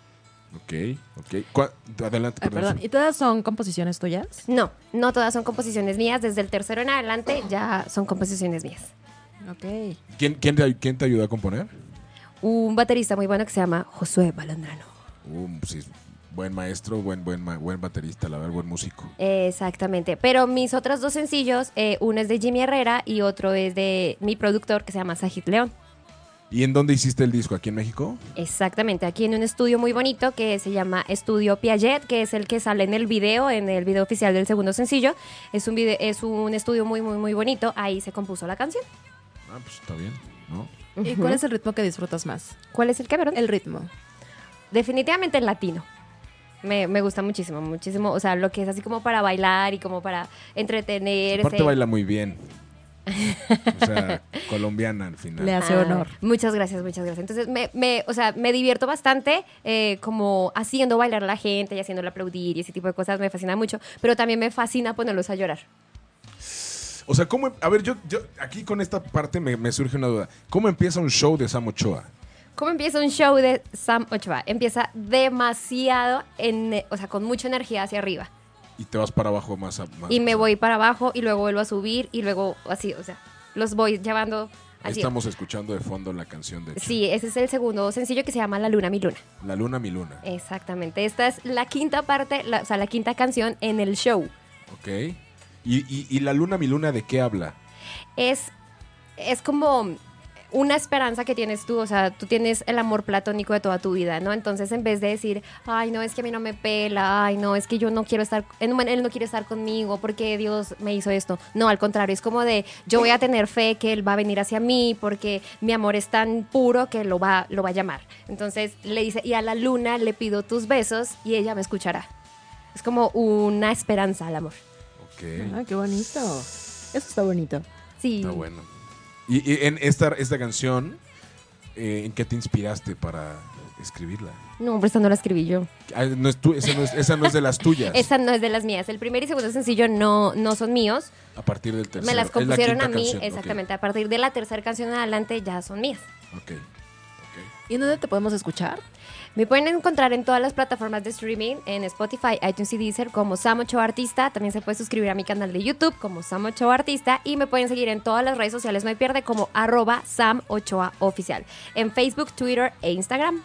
[SPEAKER 2] Ok, ok. Cua- Adelante,
[SPEAKER 3] Ay,
[SPEAKER 2] perdón.
[SPEAKER 3] Ah, perdón. ¿Y todas son composiciones tuyas?
[SPEAKER 4] No, no todas son composiciones mías. Desde el tercero en adelante ya son composiciones mías.
[SPEAKER 3] Ok.
[SPEAKER 2] ¿Quién, quién te, quién te ayudó a componer?
[SPEAKER 4] Un baterista muy bueno que se llama Josué Balandrano.
[SPEAKER 2] Um, pues sí, buen maestro, buen, buen, ma- buen baterista, la verdad, buen músico.
[SPEAKER 4] Exactamente. Pero mis otros dos sencillos, eh, uno es de Jimmy Herrera y otro es de mi productor que se llama Sajid León.
[SPEAKER 2] ¿Y en dónde hiciste el disco? ¿Aquí en México?
[SPEAKER 4] Exactamente, aquí en un estudio muy bonito que se llama Estudio Piaget, que es el que sale en el video, en el video oficial del segundo sencillo. Es un, vide- es un estudio muy, muy, muy bonito. Ahí se compuso la canción.
[SPEAKER 2] Ah, pues está bien, ¿no?
[SPEAKER 3] ¿Y cuál es el ritmo que disfrutas más?
[SPEAKER 4] ¿Cuál es el cabrón?
[SPEAKER 3] El ritmo.
[SPEAKER 4] definitivamente el latino. Me, me gusta muchísimo, muchísimo. O sea, lo que es así como para bailar y como para entretenerse.
[SPEAKER 2] Aparte baila muy bien. O sea, colombiana al final.
[SPEAKER 3] Le hace
[SPEAKER 4] Ah,
[SPEAKER 3] honor.
[SPEAKER 4] Muchas gracias, muchas gracias. Entonces, me, me- o sea, me divierto bastante eh, como haciendo bailar a la gente y haciéndola aplaudir y ese tipo de cosas. Me fascina mucho, pero también me fascina ponerlos a llorar.
[SPEAKER 2] O sea, ¿cómo? em, A ver, yo, yo aquí con esta parte me, me surge una duda. ¿Cómo empieza un show de Samo Ochoa?
[SPEAKER 4] ¿Cómo empieza un show de Sam Ochoa? Empieza demasiado, en, o sea, con mucha energía hacia arriba.
[SPEAKER 2] Y te vas para abajo más. a- más-
[SPEAKER 4] Y me voy para abajo y luego vuelvo a subir y luego así, o sea, los voy llevando
[SPEAKER 2] Ahí
[SPEAKER 4] así.
[SPEAKER 2] estamos escuchando de fondo la canción de
[SPEAKER 4] Sí, ese es el segundo sencillo que se llama La Luna, mi Luna.
[SPEAKER 2] La Luna, mi Luna.
[SPEAKER 4] Exactamente. Esta es la quinta parte, la- o sea, la quinta canción en el show.
[SPEAKER 2] Ok. Y, y- y La Luna, mi Luna, ¿de qué habla?
[SPEAKER 4] es, es como una esperanza que tienes tú, o sea, tú tienes el amor platónico de toda tu vida, ¿no? Entonces, en vez de decir, ay, no, es que a mí no me pela, ay, no, es que yo no quiero estar, él no- él no quiere estar conmigo porque Dios me hizo esto. No, al contrario, es como de, yo voy a tener fe que él va a venir hacia mí porque mi amor es tan puro que lo va, lo va a llamar. Entonces, le dice, y a la luna le pido tus besos y ella me escuchará. Es como una esperanza al amor.
[SPEAKER 2] Ok.
[SPEAKER 3] Ah, qué bonito. Eso está bonito.
[SPEAKER 4] Sí.
[SPEAKER 2] Está Ah, bueno. Y, y en esta, esta canción, eh, ¿en qué te inspiraste para escribirla?
[SPEAKER 4] No, pero esta no la escribí yo.
[SPEAKER 2] Ah, no es tu- esa, no es, esa no es de las tuyas.
[SPEAKER 4] Esa no es de las mías. El primer y segundo sencillo no, no son míos.
[SPEAKER 2] A partir del tercero.
[SPEAKER 4] Me las
[SPEAKER 2] Es la
[SPEAKER 4] compusieron
[SPEAKER 2] quinta
[SPEAKER 4] a mí,
[SPEAKER 2] canción, ok,
[SPEAKER 4] exactamente. A partir de la tercera canción en adelante ya son mías.
[SPEAKER 2] Ok. ok.
[SPEAKER 3] ¿Y en dónde te podemos escuchar?
[SPEAKER 4] Me pueden encontrar en todas las plataformas de streaming, en Spotify, iTunes y Deezer como Samocho Artista. También se puede suscribir a mi canal de YouTube como Samocho Artista y me pueden seguir en todas las redes sociales, no me pierde, como arroba Sam Ochoa Oficial. En Facebook, Twitter e Instagram.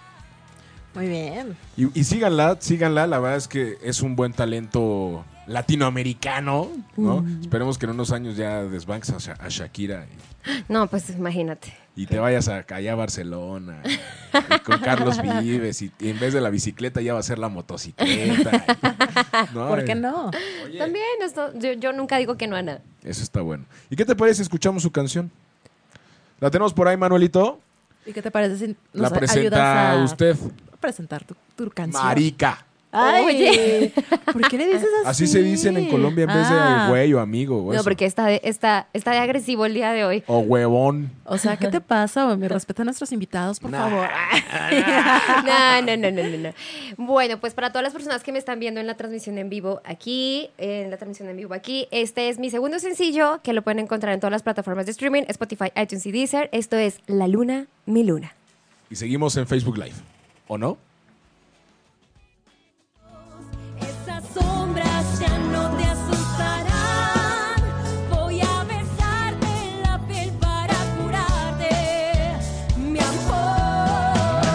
[SPEAKER 3] Muy bien.
[SPEAKER 2] Y, y síganla, síganla. La verdad es que es un buen talento latinoamericano, ¿no?
[SPEAKER 4] Mm.
[SPEAKER 2] Esperemos que en unos años ya desbanques a, Sha- a Shakira
[SPEAKER 4] No, pues imagínate.
[SPEAKER 2] y, y te vayas a, allá a Barcelona y con Carlos Vives y, y en vez de la bicicleta ya va a ser la motocicleta. ¿no? eh,
[SPEAKER 3] ¿Por qué no?
[SPEAKER 4] También, esto- yo, yo nunca digo que no a nada.
[SPEAKER 2] Eso está bueno. ¿Y qué te parece si escuchamos su canción? ¿La tenemos por ahí, Manuelito?
[SPEAKER 3] ¿Y qué te parece si
[SPEAKER 2] La
[SPEAKER 3] nos
[SPEAKER 2] presenta
[SPEAKER 3] ayudas a
[SPEAKER 2] usted,
[SPEAKER 3] presentar tu, tu canción?
[SPEAKER 2] Marica.
[SPEAKER 3] Ay,
[SPEAKER 4] Oye.
[SPEAKER 3] ¿Por qué le dices así?
[SPEAKER 2] Así se dicen en Colombia en vez
[SPEAKER 3] Ah.
[SPEAKER 2] de güey o amigo. O,
[SPEAKER 4] No,
[SPEAKER 2] eso.
[SPEAKER 4] porque está de, está, está de agresivo el día de hoy.
[SPEAKER 2] o huevón.
[SPEAKER 3] O sea, ¿qué te pasa? Me respeta a nuestros invitados, por favor.
[SPEAKER 4] No, no, no, no, no, no. Bueno, pues para todas las personas que me están viendo en la transmisión en vivo aquí, en la transmisión en vivo aquí, este es mi segundo sencillo que lo pueden encontrar en todas las plataformas de streaming, Spotify, iTunes y Deezer. Esto es La Luna, mi Luna.
[SPEAKER 2] Y seguimos en Facebook Live. ¿O no?
[SPEAKER 6] Esas sombras ya no te asustarán. Voy a besarte en la piel para curarte, mi amor.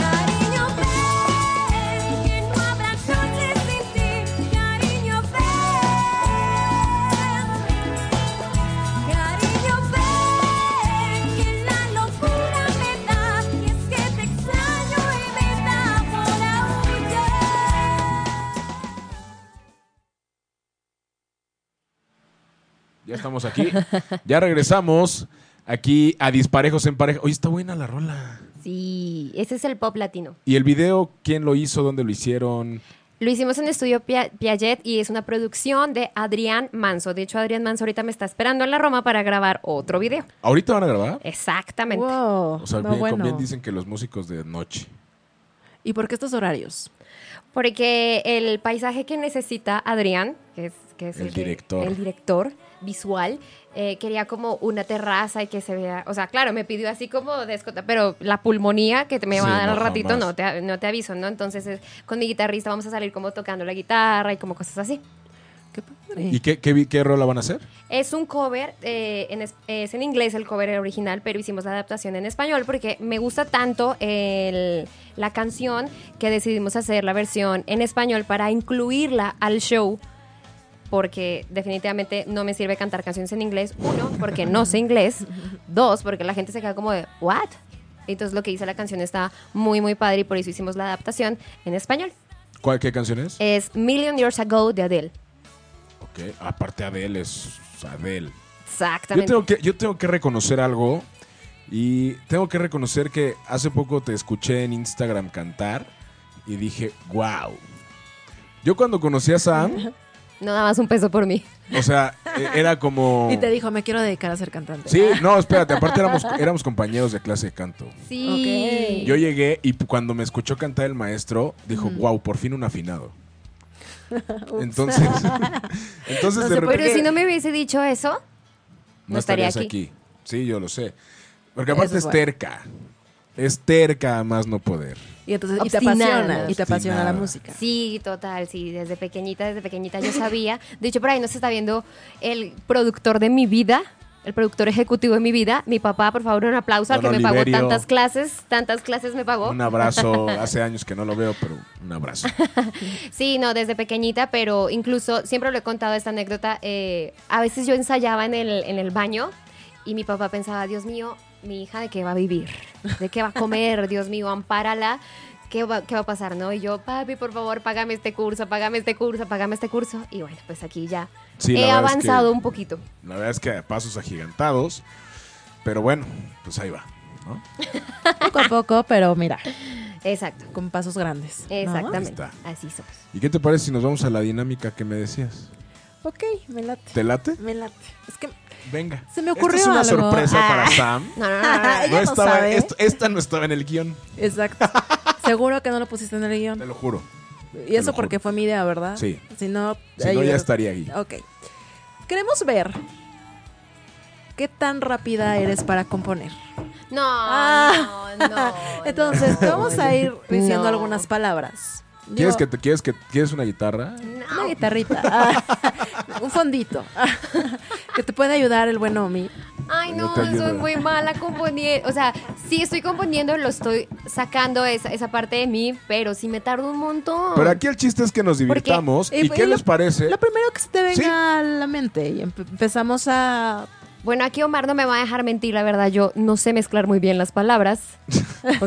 [SPEAKER 6] Cariño, ven, que no habrá noches sin ti. Cariño, ven.
[SPEAKER 2] ya estamos aquí. Ya regresamos aquí a Disparejos en Pareja. Oye, está buena la rola.
[SPEAKER 4] Sí, ese es el pop latino.
[SPEAKER 2] ¿Y el video quién lo hizo? ¿Dónde lo hicieron?
[SPEAKER 4] Lo hicimos en Estudio Pia- Piaget y es una producción de Adrián Manso. De hecho, Adrián Manso ahorita me está esperando en la Roma para grabar otro video.
[SPEAKER 2] ¿Ahorita van a grabar?
[SPEAKER 4] Exactamente.
[SPEAKER 3] Wow,
[SPEAKER 2] O sea,
[SPEAKER 3] no,
[SPEAKER 2] bien, con
[SPEAKER 3] bueno.
[SPEAKER 2] bien dicen que los músicos de noche.
[SPEAKER 3] ¿Y por qué estos horarios?
[SPEAKER 4] Porque el paisaje que necesita Adrián, que es, que es
[SPEAKER 2] El
[SPEAKER 4] que-
[SPEAKER 2] director.
[SPEAKER 4] el director visual, eh, quería como una terraza y que se vea. O sea, claro, me pidió así como de escota, pero la pulmonía que te me va
[SPEAKER 2] Sí,
[SPEAKER 4] a dar
[SPEAKER 2] no,
[SPEAKER 4] al ratito,
[SPEAKER 2] jamás.
[SPEAKER 4] no te, no te aviso, ¿no? Entonces, eh, con mi guitarrista vamos a salir como tocando la guitarra y como cosas así.
[SPEAKER 3] Qué padre.
[SPEAKER 2] ¿Y qué, qué, vi- qué rola van a hacer?
[SPEAKER 4] Es un cover, eh, en es, es en inglés el cover original, pero hicimos la adaptación en español porque me gusta tanto el- la canción que decidimos hacer la versión en español para incluirla al show. Porque definitivamente no me sirve cantar canciones en inglés. Uno, porque no sé inglés. Dos, porque la gente se queda como de, ¿what? Entonces lo que dice la canción está muy, muy padre y por eso hicimos la adaptación en español.
[SPEAKER 2] ¿Cuál, ¿Qué canción es?
[SPEAKER 3] Eh.
[SPEAKER 4] Es Million Years Ago de Adele.
[SPEAKER 2] Ok, aparte Adele es Adele. Yo
[SPEAKER 4] Exactamente.
[SPEAKER 2] tengo, que, yo tengo que reconocer algo y tengo que reconocer que hace poco te escuché en Instagram cantar y dije, wow. Yo cuando conocí a Sam,
[SPEAKER 4] No dabas un peso por mí.
[SPEAKER 2] o sea, e- era como...
[SPEAKER 3] Y te "Ah". dijo, me quiero dedicar a ser cantante.
[SPEAKER 2] Sí, no, espérate, aparte éramos, éramos compañeros de clase de canto.
[SPEAKER 4] Sí.
[SPEAKER 2] Yo llegué y p- cuando me escuchó cantar el maestro, dijo, wow, por fin un afinado. Entonces, entonces
[SPEAKER 3] No
[SPEAKER 2] de
[SPEAKER 3] se puede-
[SPEAKER 2] repente...
[SPEAKER 4] Pero si no me hubiese dicho eso,
[SPEAKER 2] no estarías
[SPEAKER 4] estaría aquí.
[SPEAKER 2] aquí. Sí, yo lo sé. Porque aparte
[SPEAKER 3] Eso
[SPEAKER 2] es
[SPEAKER 3] es bueno.
[SPEAKER 2] terca. Es terca a más no poder.
[SPEAKER 3] Y entonces, y te
[SPEAKER 4] Obstinada.
[SPEAKER 3] apasiona. Y te apasiona la
[SPEAKER 2] Obstinada.
[SPEAKER 3] música.
[SPEAKER 4] sí, total, sí, desde pequeñita, desde pequeñita yo sabía. De hecho, por ahí nos está viendo el productor de mi vida, el productor ejecutivo de mi vida, mi papá, por favor, un aplauso al que
[SPEAKER 2] Don
[SPEAKER 4] me pagó
[SPEAKER 2] Oliverio.
[SPEAKER 4] tantas clases, tantas clases me
[SPEAKER 3] ¿Oh?
[SPEAKER 4] pagó.
[SPEAKER 2] Un abrazo. Hace años que no lo veo, pero un abrazo.
[SPEAKER 4] Sí, no, desde pequeñita, pero incluso siempre lo he contado esta anécdota. eh, a veces yo ensayaba en el, en el baño y mi papá pensaba, Dios mío, mi hija, ¿de qué va a vivir? ¿De qué va a comer? Dios mío, ampárala. ¿Qué va, ¿Qué va a pasar? No, y yo, papi, por favor, págame este curso, págame este curso, págame este curso. Y bueno, pues aquí ya
[SPEAKER 2] Sí, la
[SPEAKER 4] he
[SPEAKER 2] verdad es
[SPEAKER 4] avanzado
[SPEAKER 2] que-
[SPEAKER 4] un poquito.
[SPEAKER 2] La verdad es que a pasos agigantados. Pero bueno, pues ahí va. ¿no?
[SPEAKER 3] Poco a poco, pero mira,
[SPEAKER 4] Exacto,
[SPEAKER 3] con pasos grandes. ¿no?
[SPEAKER 4] exactamente.
[SPEAKER 2] Ahí está.
[SPEAKER 4] Así somos.
[SPEAKER 2] ¿Y qué te parece si nos vamos a la dinámica que me decías?
[SPEAKER 3] Ok, me late.
[SPEAKER 2] ¿Te late?
[SPEAKER 3] Me late. Es que
[SPEAKER 2] Venga.
[SPEAKER 3] Se me ocurrió
[SPEAKER 2] Esta es una
[SPEAKER 3] algo.
[SPEAKER 2] sorpresa
[SPEAKER 3] Ah.
[SPEAKER 2] para Sam.
[SPEAKER 4] No, no, no, no, no.
[SPEAKER 3] Ella no
[SPEAKER 2] estaba,
[SPEAKER 3] sabe.
[SPEAKER 2] est- esta no estaba en el guión,
[SPEAKER 3] Exacto. Seguro que no lo pusiste en el
[SPEAKER 2] te
[SPEAKER 3] guión.
[SPEAKER 2] lo juro.
[SPEAKER 3] Y eso
[SPEAKER 2] juro.
[SPEAKER 3] porque fue mi idea, ¿verdad?
[SPEAKER 2] Sí.
[SPEAKER 3] Si no,
[SPEAKER 2] Si
[SPEAKER 3] ahí
[SPEAKER 2] no, ya
[SPEAKER 3] hubiera-
[SPEAKER 2] estaría ahí.
[SPEAKER 3] Ok. Queremos ver qué tan rápida eres para componer.
[SPEAKER 4] No,
[SPEAKER 3] Ah.
[SPEAKER 4] no, no,
[SPEAKER 3] Entonces,
[SPEAKER 4] no.
[SPEAKER 3] vamos a ir diciendo
[SPEAKER 4] No.
[SPEAKER 3] algunas palabras.
[SPEAKER 2] ¿Quieres
[SPEAKER 3] Yo-
[SPEAKER 2] que, te, quieres que quieres una guitarra?
[SPEAKER 3] Una guitarrita. Ah, un fondito. que te puede ayudar el buen Omi.
[SPEAKER 4] Ay,
[SPEAKER 2] No
[SPEAKER 4] no,
[SPEAKER 2] te ayuda.
[SPEAKER 4] soy muy mala componiendo. O sea, sí estoy componiendo, lo estoy sacando esa, esa parte de mí, pero sí me tardo un montón.
[SPEAKER 2] Pero aquí el chiste es que nos divirtamos.
[SPEAKER 4] eh,
[SPEAKER 2] ¿Y, qué
[SPEAKER 3] lo-
[SPEAKER 2] les parece?
[SPEAKER 3] Lo primero que se te venga
[SPEAKER 2] Eh, Sí.
[SPEAKER 3] a la mente. Y empe- empezamos a.
[SPEAKER 4] Bueno, aquí Omar no me va a dejar mentir, la verdad. Yo no sé mezclar muy bien las palabras. O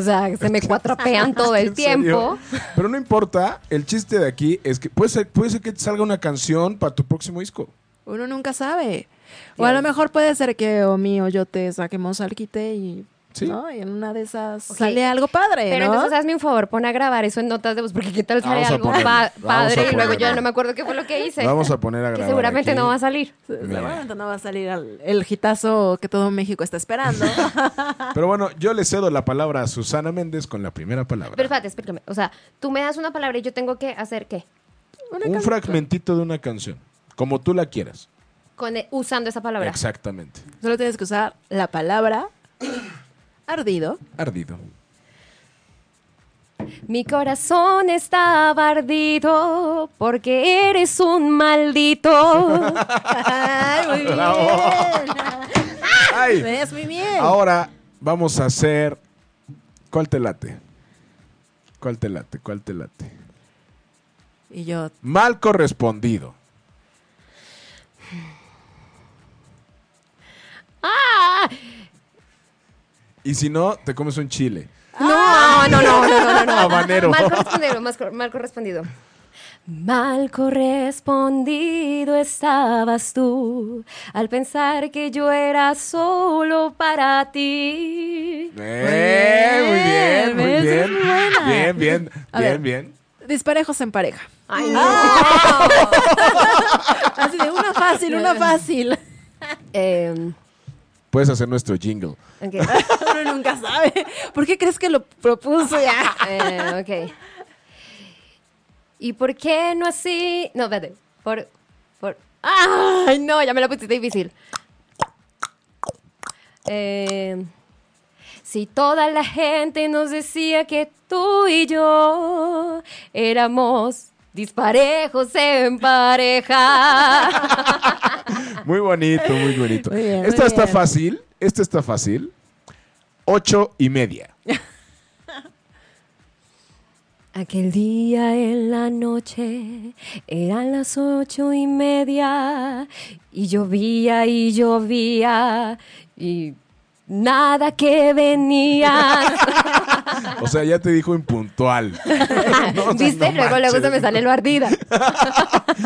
[SPEAKER 4] sea, se me cuatrapean todo el
[SPEAKER 2] ¿En serio?
[SPEAKER 4] tiempo.
[SPEAKER 2] Pero no importa, el chiste de aquí es que puede ser, puede ser que te salga una canción para tu próximo disco.
[SPEAKER 3] Uno nunca sabe. O a lo mejor puede ser que Omi o yo te saquemos al quite y.
[SPEAKER 2] Sí.
[SPEAKER 3] ¿no? Y en una de esas
[SPEAKER 4] Ok.
[SPEAKER 3] sale algo padre,
[SPEAKER 4] Pero
[SPEAKER 3] ¿no?
[SPEAKER 4] entonces hazme un favor, pon a grabar eso en notas de voz, porque qué tal sale
[SPEAKER 2] Vamos a
[SPEAKER 4] algo
[SPEAKER 2] ponerlo,
[SPEAKER 4] pa-
[SPEAKER 2] vamos a
[SPEAKER 4] padre y luego yo
[SPEAKER 2] ponerlo.
[SPEAKER 4] no me acuerdo qué fue lo que hice.
[SPEAKER 2] Vamos a poner a
[SPEAKER 4] que
[SPEAKER 2] grabar.
[SPEAKER 4] seguramente
[SPEAKER 2] aquí.
[SPEAKER 4] no va a salir.
[SPEAKER 3] Seguramente no va a salir al- el hitazo que todo México está esperando.
[SPEAKER 2] Pero bueno, yo le cedo la palabra a Susana Méndez con la primera palabra.
[SPEAKER 4] Pero espérate, explícame. O sea, tú me das una palabra y yo tengo que hacer qué?
[SPEAKER 3] Una
[SPEAKER 2] Un
[SPEAKER 3] canción.
[SPEAKER 2] fragmentito de una canción, como tú la quieras.
[SPEAKER 4] Con, e, usando esa palabra.
[SPEAKER 2] Exactamente.
[SPEAKER 3] Solo tienes que usar la palabra ardido.
[SPEAKER 2] Ardido.
[SPEAKER 4] Mi corazón está ardido porque eres un maldito.
[SPEAKER 3] Ay, muy bien.
[SPEAKER 4] Ah,
[SPEAKER 2] ¡Ay!
[SPEAKER 3] Ves muy bien.
[SPEAKER 2] Ahora vamos a hacer. ¿Cuál te late? ¿Cuál te late? ¿Cuál te late?
[SPEAKER 3] Y yo,
[SPEAKER 2] Mal correspondido.
[SPEAKER 4] Ah,
[SPEAKER 2] Y si no, te comes un chile.
[SPEAKER 4] No, no, no, no, no, no, no.
[SPEAKER 2] Habanero.
[SPEAKER 4] Mal correspondido, mal, cor- mal correspondido. Mal correspondido estabas tú al pensar que yo era solo para ti.
[SPEAKER 2] Eh, muy bien, muy
[SPEAKER 3] ¿ves?
[SPEAKER 2] bien.
[SPEAKER 3] Es buena.
[SPEAKER 2] Bien, bien,
[SPEAKER 3] A
[SPEAKER 2] bien,
[SPEAKER 3] ver.
[SPEAKER 2] bien.
[SPEAKER 3] Disparejos en pareja. Mm.
[SPEAKER 4] Ay, no.
[SPEAKER 3] Así de una fácil, una fácil.
[SPEAKER 4] Em,
[SPEAKER 2] Puedes hacer nuestro jingle.
[SPEAKER 4] ok.
[SPEAKER 3] Uno nunca sabe. ¿Por qué crees que lo propuso ya?
[SPEAKER 4] Eh, ok. ¿Y por qué no así? No, espérate. Por, por... ¡Ay, no! Ya me la pusiste difícil. Eh, si toda la gente nos decía que tú y yo éramos disparejos en pareja.
[SPEAKER 2] Muy bonito, muy bonito.
[SPEAKER 3] Muy bien,
[SPEAKER 2] Esta
[SPEAKER 3] muy
[SPEAKER 2] está
[SPEAKER 3] bien.
[SPEAKER 2] fácil. Esta está fácil. Ocho y media.
[SPEAKER 4] Aquel día en la noche eran las ocho y media y llovía y llovía y nada que venía.
[SPEAKER 2] O sea, ya te dijo impuntual. No,
[SPEAKER 4] ¿Viste?
[SPEAKER 2] no
[SPEAKER 4] luego, luego se me
[SPEAKER 2] manches.
[SPEAKER 4] sale lo ardida.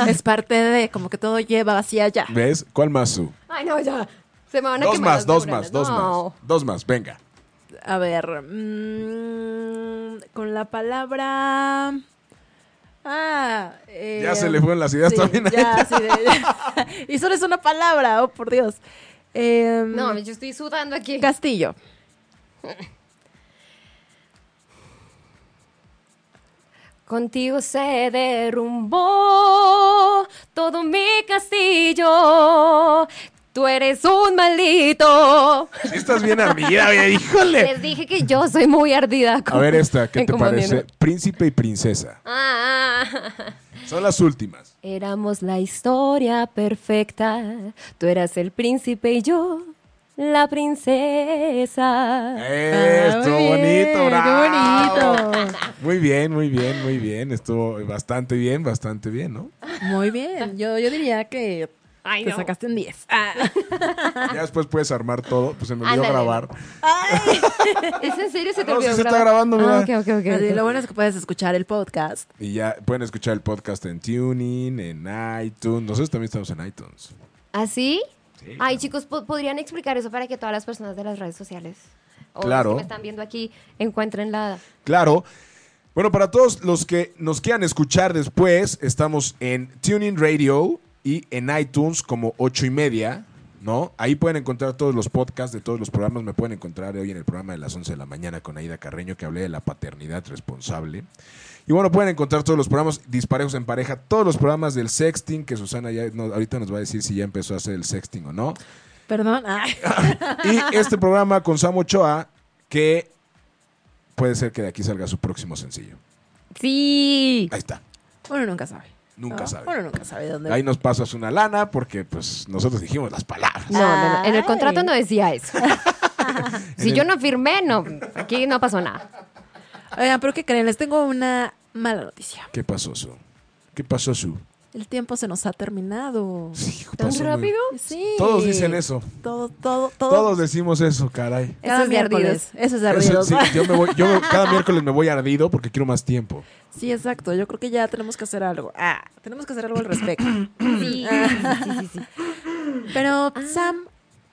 [SPEAKER 3] Es parte de, como que todo lleva hacia allá.
[SPEAKER 2] ¿Ves? ¿Cuál más tú?
[SPEAKER 4] Ay, no, ya. Se me van a
[SPEAKER 2] Dos
[SPEAKER 4] quemar
[SPEAKER 2] más,
[SPEAKER 4] las
[SPEAKER 2] dos
[SPEAKER 4] neuronas.
[SPEAKER 2] más, dos
[SPEAKER 4] No.
[SPEAKER 2] más. Dos más, venga.
[SPEAKER 3] A ver, mm, con la palabra... Ah, eh,
[SPEAKER 2] Ya se le fueron las ideas
[SPEAKER 3] sí,
[SPEAKER 2] también a
[SPEAKER 3] ya,
[SPEAKER 2] ella.
[SPEAKER 3] sí, de- y solo es una palabra, oh por Dios. Eh,
[SPEAKER 4] No, yo estoy sudando aquí.
[SPEAKER 3] Castillo.
[SPEAKER 4] Contigo se derrumbó todo mi castillo. Tú eres un maldito.
[SPEAKER 2] Sí estás bien ardida, oye, híjole.
[SPEAKER 4] Les dije que yo soy muy ardida.
[SPEAKER 2] A
[SPEAKER 4] con-
[SPEAKER 2] ver esta, ¿qué
[SPEAKER 4] en
[SPEAKER 2] te
[SPEAKER 4] confundirme.
[SPEAKER 2] parece? Príncipe y princesa.
[SPEAKER 4] Ah, ah, ah.
[SPEAKER 2] Son las últimas.
[SPEAKER 4] Éramos la historia perfecta. Tú eras el príncipe y yo la princesa.
[SPEAKER 2] Eh,
[SPEAKER 3] Ah, muy
[SPEAKER 2] estuvo
[SPEAKER 3] bien,
[SPEAKER 2] bonito, bravo.
[SPEAKER 3] Qué bonito.
[SPEAKER 2] Muy bien, muy bien, muy bien. Estuvo bastante bien, bastante bien, ¿no?
[SPEAKER 3] Muy bien, yo, yo diría que
[SPEAKER 4] Ay,
[SPEAKER 3] te
[SPEAKER 4] no. Ah,
[SPEAKER 3] sacaste un 10.
[SPEAKER 2] Ya después puedes armar todo. Pues se me olvidó
[SPEAKER 4] Ándale.
[SPEAKER 2] grabar.
[SPEAKER 4] ¿Es en serio? ¿Se te
[SPEAKER 2] No,
[SPEAKER 4] olvidó
[SPEAKER 2] sí se está
[SPEAKER 4] grabar?
[SPEAKER 2] grabando, mira.
[SPEAKER 4] Ah, ok, ok, ok.
[SPEAKER 3] Así, Lo bueno es que puedes escuchar el podcast.
[SPEAKER 2] Y ya pueden escuchar el podcast en Tuning, en iTunes. Nosotros también estamos en iTunes.
[SPEAKER 4] ¿Ah, sí? Ay, chicos, ¿po- ¿podrían explicar eso para que todas las personas de las redes sociales o los
[SPEAKER 2] Claro.
[SPEAKER 4] que me están viendo aquí encuentren la...
[SPEAKER 2] Claro. Bueno, para todos los que nos quieran escuchar después, estamos en Tuning Radio y en iTunes como 8 y media, ¿no? Ahí pueden encontrar todos los podcasts de todos los programas. Me pueden encontrar hoy en el programa de las 11 de la mañana con Aida Carreño, que hablé de la paternidad responsable. Y bueno, pueden encontrar todos los programas Disparejos en Pareja, todos los programas del sexting, que Susana ya no- ahorita nos va a decir si ya empezó a hacer el sexting o no.
[SPEAKER 3] Perdón. ah, ay.
[SPEAKER 2] Y este programa con Samo Ochoa, que puede ser que de aquí salga su próximo sencillo.
[SPEAKER 4] Sí.
[SPEAKER 2] Ahí está.
[SPEAKER 3] Uno nunca sabe.
[SPEAKER 2] Nunca
[SPEAKER 3] ¿no?
[SPEAKER 2] sabe.
[SPEAKER 3] Uno nunca sabe dónde.
[SPEAKER 2] Ahí nos pasas una lana porque pues nosotros dijimos las palabras.
[SPEAKER 4] No, no, no, en el
[SPEAKER 3] Ay.
[SPEAKER 4] contrato no decía eso.
[SPEAKER 2] En
[SPEAKER 4] si
[SPEAKER 2] el-
[SPEAKER 4] yo no firmé, no, aquí no pasó nada.
[SPEAKER 3] Oigan, pero ¿qué creen? Les tengo una mala noticia.
[SPEAKER 2] ¿Qué pasó, Su? ¿Qué pasó, Su?
[SPEAKER 3] El tiempo se nos ha terminado.
[SPEAKER 2] Sí, hijo,
[SPEAKER 4] ¿Tan
[SPEAKER 2] pasó muy-
[SPEAKER 4] rápido?
[SPEAKER 3] Sí.
[SPEAKER 2] Todos dicen eso.
[SPEAKER 3] Todo, todo, todo.
[SPEAKER 2] Todos decimos eso, caray.
[SPEAKER 3] Cada
[SPEAKER 4] Eso es de
[SPEAKER 3] miércoles. Eso es de
[SPEAKER 2] Eso,
[SPEAKER 3] ardidos.
[SPEAKER 2] sí, yo me voy, yo me- cada miércoles me voy ardido porque quiero más tiempo.
[SPEAKER 3] Sí, exacto. Yo creo que ya tenemos que hacer algo. Ah, tenemos que hacer algo al respecto.
[SPEAKER 4] Sí, sí, sí, sí.
[SPEAKER 3] Pero, Sam,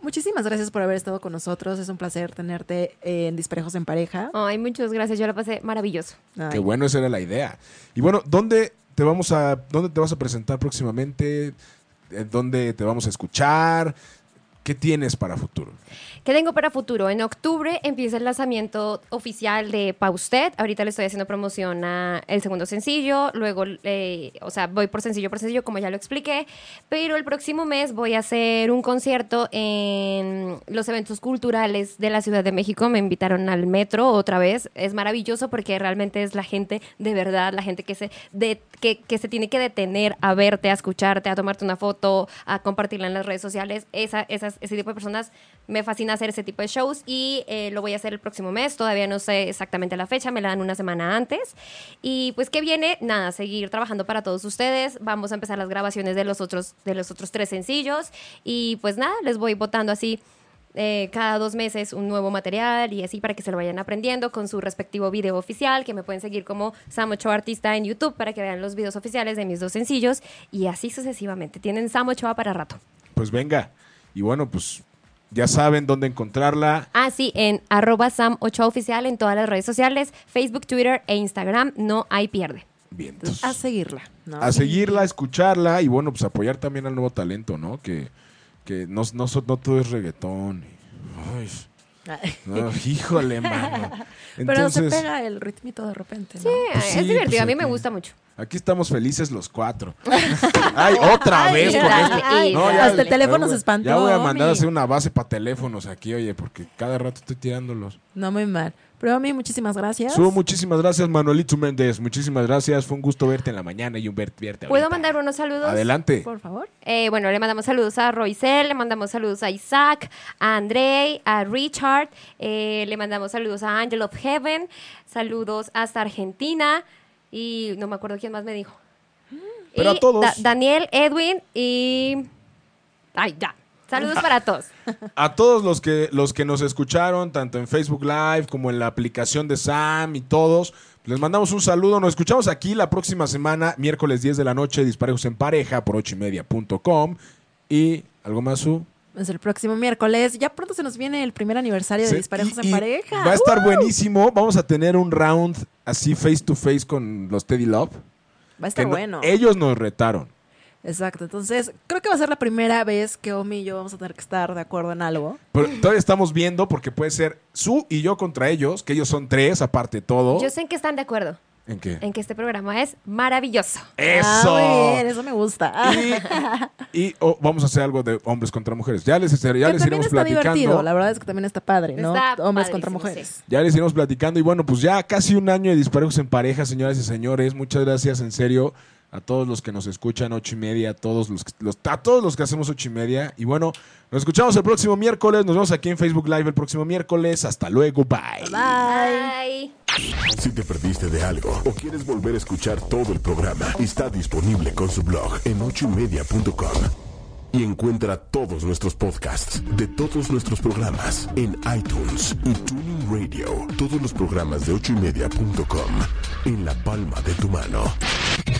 [SPEAKER 3] muchísimas gracias por haber estado con nosotros. Es un placer tenerte en Disparejos en Pareja.
[SPEAKER 4] Ay, muchas gracias, yo la pasé maravilloso.
[SPEAKER 3] Ay.
[SPEAKER 2] Qué bueno, esa era la idea. Y bueno, ¿dónde te vamos a, dónde te vas a presentar próximamente? Eh, ¿Dónde te vamos a escuchar? ¿Qué tienes para futuro?
[SPEAKER 4] ¿Qué tengo para futuro? En octubre empieza el lanzamiento oficial de Pausted. Ahorita le estoy haciendo promoción a el segundo sencillo. Luego, eh, o sea, voy por sencillo por sencillo, como ya lo expliqué. Pero el próximo mes voy a hacer un concierto en los eventos culturales de la Ciudad de México. Me invitaron al metro otra vez. Es maravilloso porque realmente es la gente de verdad, la gente que se, de- que, que se tiene que detener a verte, a escucharte, a tomarte una foto, a compartirla en las redes sociales. Esa, esas, ese tipo de personas me fascina hacer ese tipo de shows y eh, lo voy a hacer el próximo mes. Todavía no sé exactamente la fecha, me la dan una semana antes. Y pues que viene, nada, seguir trabajando para todos ustedes. Vamos a empezar las grabaciones de los otros, de los otros tres sencillos. Y pues nada, les voy votando así. eh, eh, cada dos meses un nuevo material y así para que se lo vayan aprendiendo con su respectivo video oficial, que me pueden seguir como Sam Ochoa Artista en YouTube para que vean los videos oficiales de mis dos sencillos y así sucesivamente. Tienen Sam Ochoa para rato.
[SPEAKER 2] Pues venga. Y bueno, pues ya saben dónde encontrarla.
[SPEAKER 4] Así Ah, en arroba Sam Ochoa Oficial en todas las redes sociales, Facebook, Twitter e Instagram, no hay pierde.
[SPEAKER 2] Vientos.
[SPEAKER 3] A seguirla, ¿no?
[SPEAKER 2] a seguirla, a escucharla y bueno, pues apoyar también al nuevo talento, ¿no? Que, que no, no, so- no todo es reggaetón. Ay, no, híjole, mano.
[SPEAKER 3] Pero se
[SPEAKER 2] Entonces,
[SPEAKER 3] pega el ritmito de repente. ¿no?
[SPEAKER 4] Eh,
[SPEAKER 2] Pues sí,
[SPEAKER 4] es divertido,
[SPEAKER 2] pues
[SPEAKER 4] a mí
[SPEAKER 2] aquí.
[SPEAKER 4] me gusta mucho.
[SPEAKER 2] aquí estamos felices los cuatro. Ay, otra vez con
[SPEAKER 4] ay,
[SPEAKER 2] esto.
[SPEAKER 4] ay,
[SPEAKER 2] No, ya-
[SPEAKER 3] hasta el teléfono
[SPEAKER 2] ya voy-
[SPEAKER 3] se espantó.
[SPEAKER 2] Ya voy a mandar a
[SPEAKER 3] Omi.
[SPEAKER 2] hacer una base para teléfonos aquí, oye, porque cada rato estoy tirándolos.
[SPEAKER 3] No muy mal. Pero a mí, muchísimas gracias.
[SPEAKER 2] Subo, muchísimas gracias, Manuelito Méndez. Muchísimas gracias. Fue un gusto verte en la mañana y un ver- verte.
[SPEAKER 4] ¿Puedo
[SPEAKER 2] ahorita.
[SPEAKER 4] mandar unos saludos?
[SPEAKER 2] Adelante.
[SPEAKER 3] Por favor.
[SPEAKER 4] Eh, bueno, le mandamos saludos a Roisel, le mandamos saludos a Isaac, a Andrei, a Richard, eh, le mandamos saludos a Angel of Heaven, saludos hasta Argentina y no me acuerdo quién más me dijo.
[SPEAKER 2] Pero
[SPEAKER 4] Y
[SPEAKER 2] a todos.
[SPEAKER 4] Daniel, Edwin y... Ay,
[SPEAKER 2] Ah.
[SPEAKER 4] ya. Saludos para todos.
[SPEAKER 2] A todos los que, los que nos escucharon, tanto en Facebook Live como en la aplicación de Sam y todos, les mandamos un saludo. Nos escuchamos aquí la próxima semana, miércoles 10 de la noche, Disparejos en Pareja por 8 y media.com. Y algo más, Su.
[SPEAKER 3] Es el próximo miércoles. Ya pronto se nos viene el primer aniversario de
[SPEAKER 2] Sí,
[SPEAKER 3] Disparejos
[SPEAKER 2] y-
[SPEAKER 3] en
[SPEAKER 2] y
[SPEAKER 3] Pareja.
[SPEAKER 2] Va a estar buenísimo. Vamos a tener un round así face to face con los Teddy Love.
[SPEAKER 3] Va a
[SPEAKER 2] que
[SPEAKER 3] estar
[SPEAKER 2] no-
[SPEAKER 3] bueno.
[SPEAKER 2] ellos nos retaron.
[SPEAKER 3] Exacto. Entonces, creo que va a ser la primera vez que Omi y yo vamos a tener que estar de acuerdo en algo.
[SPEAKER 2] Pero todavía estamos viendo porque puede ser Su y yo contra ellos, que ellos son tres, aparte de todo.
[SPEAKER 4] Yo sé en que están de acuerdo,
[SPEAKER 2] ¿En qué?
[SPEAKER 4] en que este programa es maravilloso.
[SPEAKER 2] ¡Eso!
[SPEAKER 3] Ah, muy bien, eso me gusta.
[SPEAKER 2] Y, y, oh, vamos a hacer algo de hombres contra mujeres. Ya les, ya
[SPEAKER 3] Que
[SPEAKER 2] les
[SPEAKER 3] también
[SPEAKER 2] iremos
[SPEAKER 3] está divertido.
[SPEAKER 2] platicando.
[SPEAKER 3] La verdad es que también está padre, ¿no?
[SPEAKER 4] Está
[SPEAKER 3] Hombres contra
[SPEAKER 4] padrísimo,
[SPEAKER 3] mujeres.
[SPEAKER 4] sí.
[SPEAKER 2] Ya les iremos platicando. Y bueno, pues ya casi un año de disparos en pareja, señoras y señores. Muchas gracias, en serio, a todos los que nos escuchan, ocho y media, a todos los, los- a todos los que hacemos ocho y media. Y bueno, nos escuchamos el próximo miércoles. Nos vemos aquí en Facebook Live el próximo miércoles. Hasta luego. Bye.
[SPEAKER 3] Ah,
[SPEAKER 4] Bye.
[SPEAKER 1] Si te perdiste de algo o quieres volver a escuchar todo el programa, está disponible con su blog en ochoymedia.com. Y encuentra todos nuestros podcasts de todos nuestros programas en iTunes y Tuning Radio. Todos los programas de ochoymedia.com en la palma de tu mano.